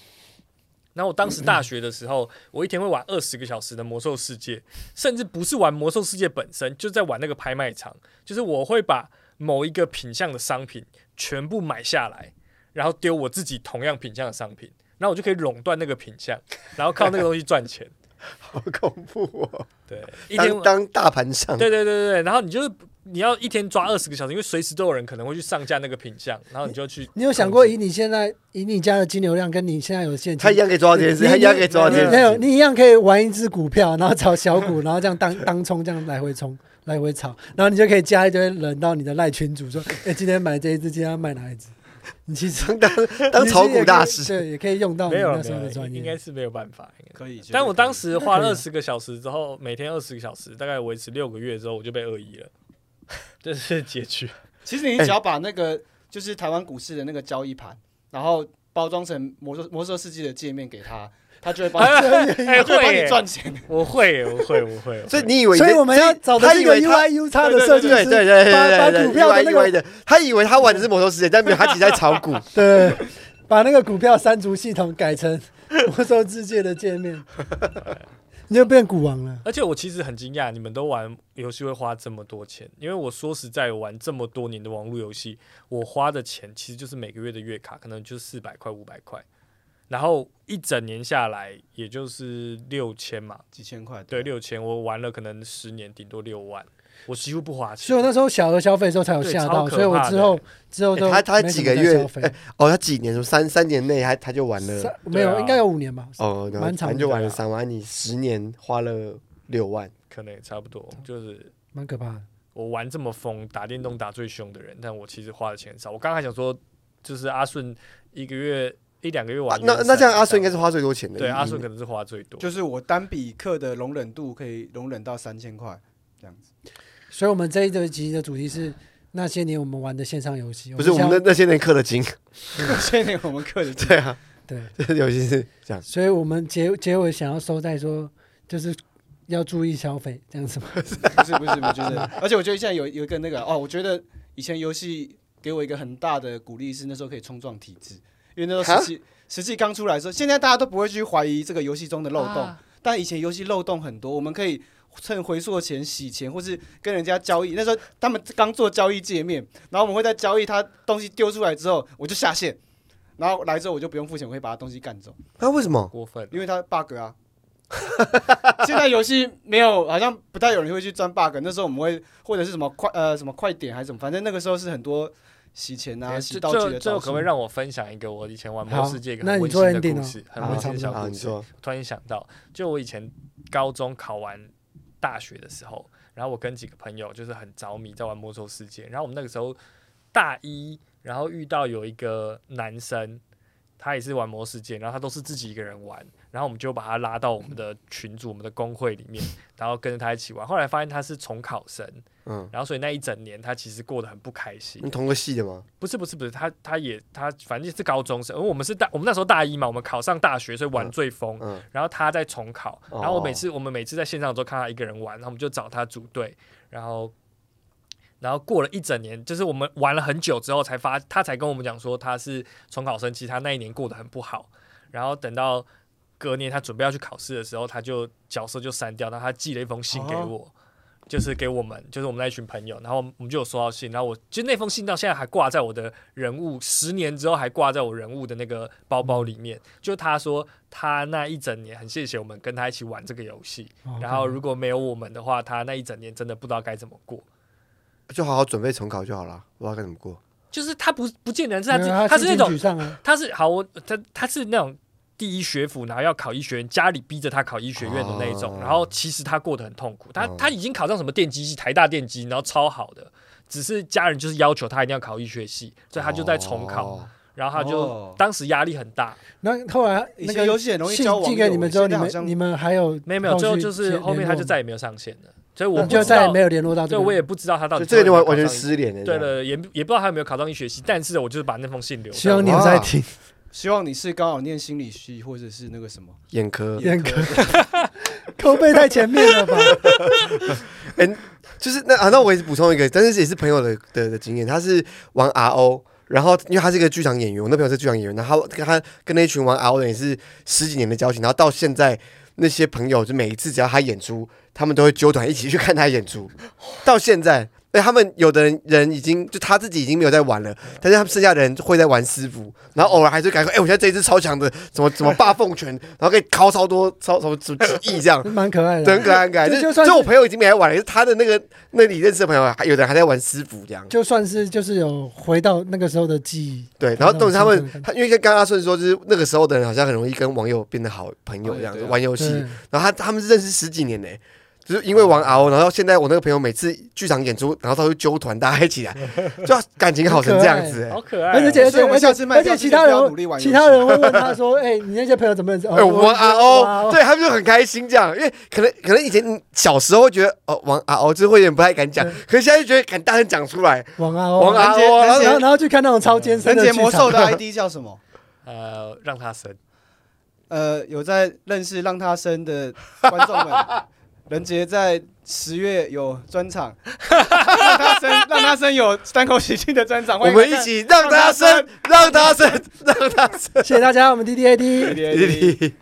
Speaker 3: 然后我当时大学的时
Speaker 1: 嗯
Speaker 3: 候，我一天会玩二十个小时的魔兽世界，甚至不是玩魔兽世界本身，就在玩那个拍卖场。就是我会把某一个品相的商品全部买下来，然后丢我自己同样品相的商品，然后我就可以垄断那个品相，然后靠那个东西赚钱。
Speaker 2: 好恐怖哦！
Speaker 3: 对，一天
Speaker 2: 当当大盘上，
Speaker 3: 对对对对对，然后你就是你要一天抓二十个小时，因为随时都有人可能会去上架那个品相，然后你就去。
Speaker 1: 你有想过以你现在以你家的金流量跟你现在有现金，
Speaker 2: 他一样可以抓到这件事，
Speaker 1: 你
Speaker 2: 他一样可以抓到这
Speaker 1: 你
Speaker 2: 件
Speaker 1: 没有，
Speaker 2: 事。
Speaker 1: 你一样可以玩一只股票，然后炒小股，然后这样当当冲，这样来回冲，来回炒，然后你就可以加一堆人到你的赖群组说，哎、今天买这一只，今天要卖哪一只？你其实
Speaker 2: 当当当炒股大
Speaker 1: 你
Speaker 2: 师
Speaker 1: 其实，也可以对，也可以用到你
Speaker 3: 没有了
Speaker 1: 那
Speaker 3: 没
Speaker 1: 时
Speaker 3: 有
Speaker 1: 候的
Speaker 3: 了，
Speaker 1: 专
Speaker 3: 应应该
Speaker 1: 业。
Speaker 3: 是没有办法。应该
Speaker 4: 可以。绝对
Speaker 3: 但我
Speaker 4: 可以
Speaker 3: 当时花了
Speaker 1: 那可以啊
Speaker 3: 二十个小时之后，每天二十个小时，大概维持六个月之后，我就被恶意 了，这是结局。
Speaker 4: 其实你只要把那个、就是台湾股市的那个交易盘，然后包装成魔兽魔兽世界的界面给他，他就会帮 你，
Speaker 3: 哎，
Speaker 4: 他就会帮
Speaker 3: 会耶
Speaker 4: 你，赚钱。
Speaker 3: 我会耶，我会，我会。我
Speaker 2: 所以
Speaker 3: 会
Speaker 2: 你以为
Speaker 1: 所以我们要找的
Speaker 2: 他
Speaker 1: 是一
Speaker 2: 以
Speaker 1: 个
Speaker 2: 为他
Speaker 1: UI U 叉的设计
Speaker 2: 对对
Speaker 1: 师，
Speaker 2: 对对对
Speaker 1: 把把
Speaker 2: 对对
Speaker 1: 股票的那
Speaker 2: UI
Speaker 1: 个
Speaker 2: UI 的，他以为他玩的是魔兽世界，但没有，他其实在 炒股。
Speaker 1: 对，把那个股票删除系统改成魔兽世界的界 面，你就变股王了。
Speaker 3: 而且我其实很惊讶，你们都玩游戏会花这么多钱，因为我说实在，我玩这么多年的网络游戏，我花的钱其实就是每个月的月卡，可能就四百块、五百块，然后一整年下来也就是六千嘛，
Speaker 2: 嗯
Speaker 4: 几千块，
Speaker 3: 对，六千，我玩了可能十年，顶多六万，我几乎不花钱。
Speaker 1: 所
Speaker 2: 啊
Speaker 1: 以我那时候小额消费的时候才有吓到，
Speaker 3: 对超可怕的
Speaker 1: 所以我之后之后都
Speaker 2: 哎他他
Speaker 1: 没什
Speaker 2: 几
Speaker 1: 么
Speaker 2: 个
Speaker 1: 在
Speaker 2: 月
Speaker 1: 消费
Speaker 2: 哎哦，他几年？什么三三年内他他就玩了
Speaker 1: 三。没有，
Speaker 3: 对啊
Speaker 1: 应该有五年吧。
Speaker 2: 哦，然后
Speaker 1: 蛮长
Speaker 2: 反
Speaker 1: 的
Speaker 2: 正就玩了
Speaker 3: 对啊
Speaker 2: 三万，你十年花了六万，
Speaker 3: 可能也差不多，就是
Speaker 1: 蛮可怕的。
Speaker 3: 我玩这么疯，打电动打最凶的人，但我其实花的钱很少。我刚才想说，就是阿顺一个月一两个月
Speaker 2: 啊
Speaker 3: 玩原
Speaker 2: 那
Speaker 3: 神，
Speaker 2: 那这样阿顺应该是花最多钱的。
Speaker 3: 对
Speaker 2: 一
Speaker 3: 阿
Speaker 2: 一
Speaker 3: 顺可
Speaker 2: 年
Speaker 3: 能是花最多，
Speaker 4: 就是我单笔课的容忍度可以容忍到三千块。
Speaker 1: 所以我们这一这集的主题是那些年我们玩的线上游戏。
Speaker 2: 不是我们
Speaker 1: 想
Speaker 2: 那那些年氪的金，
Speaker 4: 所以我们课的
Speaker 2: 对啊，
Speaker 1: 对，
Speaker 2: 这游戏是这样。
Speaker 1: 所以我们结结尾想要收在说，就是要注意消费这样子嘛。
Speaker 4: 不是不是，我觉得，而且我觉得现在有有一个那个哦，我觉得以前游戏给我一个很大的鼓励是那时候可以冲撞体制，因为那时候
Speaker 2: 哈
Speaker 4: 实际实际刚出来的时候，现在大家都不会去怀疑这个游戏中的漏洞，但以前游戏漏洞很多，我们可以。趁回溯前洗钱，或是跟人家交易，那时候他们刚做交易界面，然后我们会在交易他东西丢出来之后，我就下线，然后来之后我就不用付钱，我会把他东西干走。
Speaker 2: 那为什么？
Speaker 3: 过分了。
Speaker 4: 因为它 bug 啊。现在游戏没有，好像不太有人会去钻 bug。那时候我们会或者是什么快呃什么快点还是什么，反正那个时候是很多洗钱啊、
Speaker 3: 哎
Speaker 4: 洗
Speaker 3: 这
Speaker 4: 道具
Speaker 3: 这
Speaker 4: 的
Speaker 3: 这
Speaker 4: 招
Speaker 3: 可不
Speaker 4: 数
Speaker 3: 可以。让我分享一个我以前玩《魔兽世界》一个
Speaker 1: 好
Speaker 3: 很温馨
Speaker 1: 那
Speaker 3: 的
Speaker 1: 你做 ending
Speaker 3: 故
Speaker 1: 哦
Speaker 3: 事，很
Speaker 1: 好
Speaker 3: 温馨的小
Speaker 2: 啊，
Speaker 3: 故
Speaker 2: 你
Speaker 3: 事？
Speaker 2: 说
Speaker 3: 突然想到，就我以前高中考完大学的时候，然后我跟几个朋友就是很着迷在玩《魔兽世界》，然后我们那个时候大一，然后遇到有一个男生，他也是玩《魔兽世界》，然后他都是自己一个人玩，然后我们就把他拉到我们的群组、我们的公会里面，然后跟着他一起玩。后来发现他是重考生，
Speaker 2: 嗯，
Speaker 3: 然后所以那一整年他其实过得很不开心
Speaker 2: 你。同个系的吗？
Speaker 3: 不是不是不是，他他也他反正是高中生，因为我们是大我们那时候大一嘛，我们考上大学，所以玩最疯。
Speaker 2: 嗯，
Speaker 3: 然后他在重考，
Speaker 2: 哦
Speaker 3: 然后我每次、我们每次在线上的时候看他一个人玩，然后我们就找他组队，然后然后过了一整年，就是我们玩了很久之后才发，他才跟我们讲说他是重考生，其实他那一年过得很不好，然后等到隔年他准备要去考试的时候，他就角色就删掉，然后他寄了一封信
Speaker 2: 哦
Speaker 3: 给我。就是给我们，就是我们那一群朋友，然后我们就有收到信，然后我其实那封信到现在还挂在我的人物，十年之后还挂在我人物的那个包包里面。就他说他那一整年很谢谢我们跟他一起玩这个游戏，
Speaker 1: 哦
Speaker 3: 然后如果没有我们的话，他那一整年真的不知道该怎么过。
Speaker 2: 就好好准备重考就好了，不知道该怎么过。
Speaker 3: 就是他不不见得是他自
Speaker 1: 没
Speaker 3: 己
Speaker 1: 有他
Speaker 3: 他是
Speaker 1: 心
Speaker 3: 那
Speaker 1: 情
Speaker 3: 种
Speaker 1: 沮丧啊，
Speaker 3: 他是好，我他他是那种第一学府，然后要考医学院，家里逼着他考医学院的那一种，
Speaker 2: 哦
Speaker 3: 然后其实他过得很痛苦，他、
Speaker 2: 哦
Speaker 3: 他已经考上什么电机系，台大电机，然后超好的，只是家人就是要求他一定要考医学系，所以他就在重考，
Speaker 2: 哦
Speaker 3: 然后他就、
Speaker 4: 哦
Speaker 3: 当时压力很大，
Speaker 1: 那后来
Speaker 4: 以
Speaker 1: 那
Speaker 4: 前游
Speaker 1: 个
Speaker 4: 戏很容易
Speaker 1: 信
Speaker 4: 交网
Speaker 1: 寄
Speaker 4: 友
Speaker 1: 给你们之后，
Speaker 4: 现
Speaker 1: 你
Speaker 4: 在好
Speaker 1: 们
Speaker 4: 像
Speaker 1: 你们还有
Speaker 3: 没有没有，最后
Speaker 1: 续
Speaker 3: 就是
Speaker 1: 联
Speaker 3: 后面他
Speaker 1: 络
Speaker 3: 就
Speaker 1: 吗
Speaker 3: 再也没有上线了，所以我
Speaker 1: 你
Speaker 3: 不知道
Speaker 1: 就再也没有联络到这
Speaker 3: 对
Speaker 1: 个
Speaker 3: 我也
Speaker 1: 人。
Speaker 3: 不知道他到底
Speaker 2: 就这个
Speaker 3: 就
Speaker 2: 就完完全失联了。啊
Speaker 3: 对
Speaker 2: 这样，
Speaker 3: 了，也也不知道他有没有考上医学系，但是我就是把那封信留
Speaker 1: 希
Speaker 3: 下
Speaker 1: 望
Speaker 3: 来。
Speaker 1: 你有在听，
Speaker 4: 希望你是刚好念心理系或者是那个什么，
Speaker 2: 眼科
Speaker 1: 严格口碑太前面了 吧？
Speaker 2: 就是那啊，那我也是补充一个，但是也是朋友的的的经验，他是玩 RO。然后，因为他是一个剧场演员，我那朋友是剧场演员，然后他跟他跟那一群玩 RO 的人也是十几年的交情，然后到现在那些朋友，就每一次只要他演出，他们都会纠团一起去看他演出。到现在，哎，他们有的人人已经就他自己已经没有在玩了，但是他们剩下的人会在玩师傅，然后偶尔还是感觉，哎、我现在这一只超强的，怎么怎么霸凤拳，然后可以敲超多超什么几亿这样。
Speaker 1: 蛮可爱的。
Speaker 2: 对很可爱，很可爱。
Speaker 1: 就
Speaker 2: 就
Speaker 1: 就算
Speaker 2: 就是我朋友已经没来玩了，可是他的那个那里认识的朋友，还有的人还在玩师傅这样。
Speaker 1: 就算是就是有回到那个时候的记忆，
Speaker 2: 对，然后
Speaker 1: 那
Speaker 2: 动
Speaker 1: 种
Speaker 2: 他
Speaker 1: 亲
Speaker 2: 们
Speaker 1: 近的，感
Speaker 2: 他因为跟刚刚阿顺说，就是那个时候的人好像很容易跟网友变得好朋友
Speaker 4: 对
Speaker 2: 这样子
Speaker 4: 对啊
Speaker 2: 玩游戏，
Speaker 1: 哦对，哦
Speaker 2: 然后他他们是认识十几年呢、就是因为玩 RO，然后现在我那个朋友每次剧场演出，然后他会揪团大家一起 来，就感情好成这样子、欸。
Speaker 3: 好可爱哦、
Speaker 1: 而且而
Speaker 4: 哎所
Speaker 1: 且
Speaker 4: 以我们
Speaker 1: 而
Speaker 4: 下次
Speaker 1: 且
Speaker 4: 卖
Speaker 1: 而
Speaker 4: 票
Speaker 1: 且
Speaker 4: 之
Speaker 1: 其
Speaker 4: 前
Speaker 1: 他
Speaker 4: 就要努力
Speaker 1: 人
Speaker 4: 玩游戏
Speaker 1: 其他人会问他说：“哎，你那些朋友怎么认识？”哦
Speaker 2: 哎、我玩 RO，
Speaker 1: 对
Speaker 2: 对他们就很开心这样，因为可能可能以前小时候会觉得哦玩 RO 就是会有点不太敢讲
Speaker 1: 对，
Speaker 2: 可是现在就觉得敢大声讲出来，
Speaker 1: 玩
Speaker 2: 玩
Speaker 1: 啊
Speaker 2: RO，然
Speaker 4: 人
Speaker 2: 后
Speaker 4: 杰
Speaker 1: 然后然后去看那种超艰深
Speaker 4: 人
Speaker 1: 的
Speaker 4: 杰
Speaker 1: 剧
Speaker 4: 魔兽
Speaker 1: 场
Speaker 4: 的 ID 叫什么？
Speaker 3: 呃，让他生，
Speaker 4: 呃，有在认识让他生的观众们， 人杰在十月有专场，让他生让他生有单口喜剧的专场，
Speaker 2: 我们一起让他生，让他生，让他 生。
Speaker 1: 谢谢大家，我们 D D A D。
Speaker 4: 弟弟。
Speaker 2: 弟弟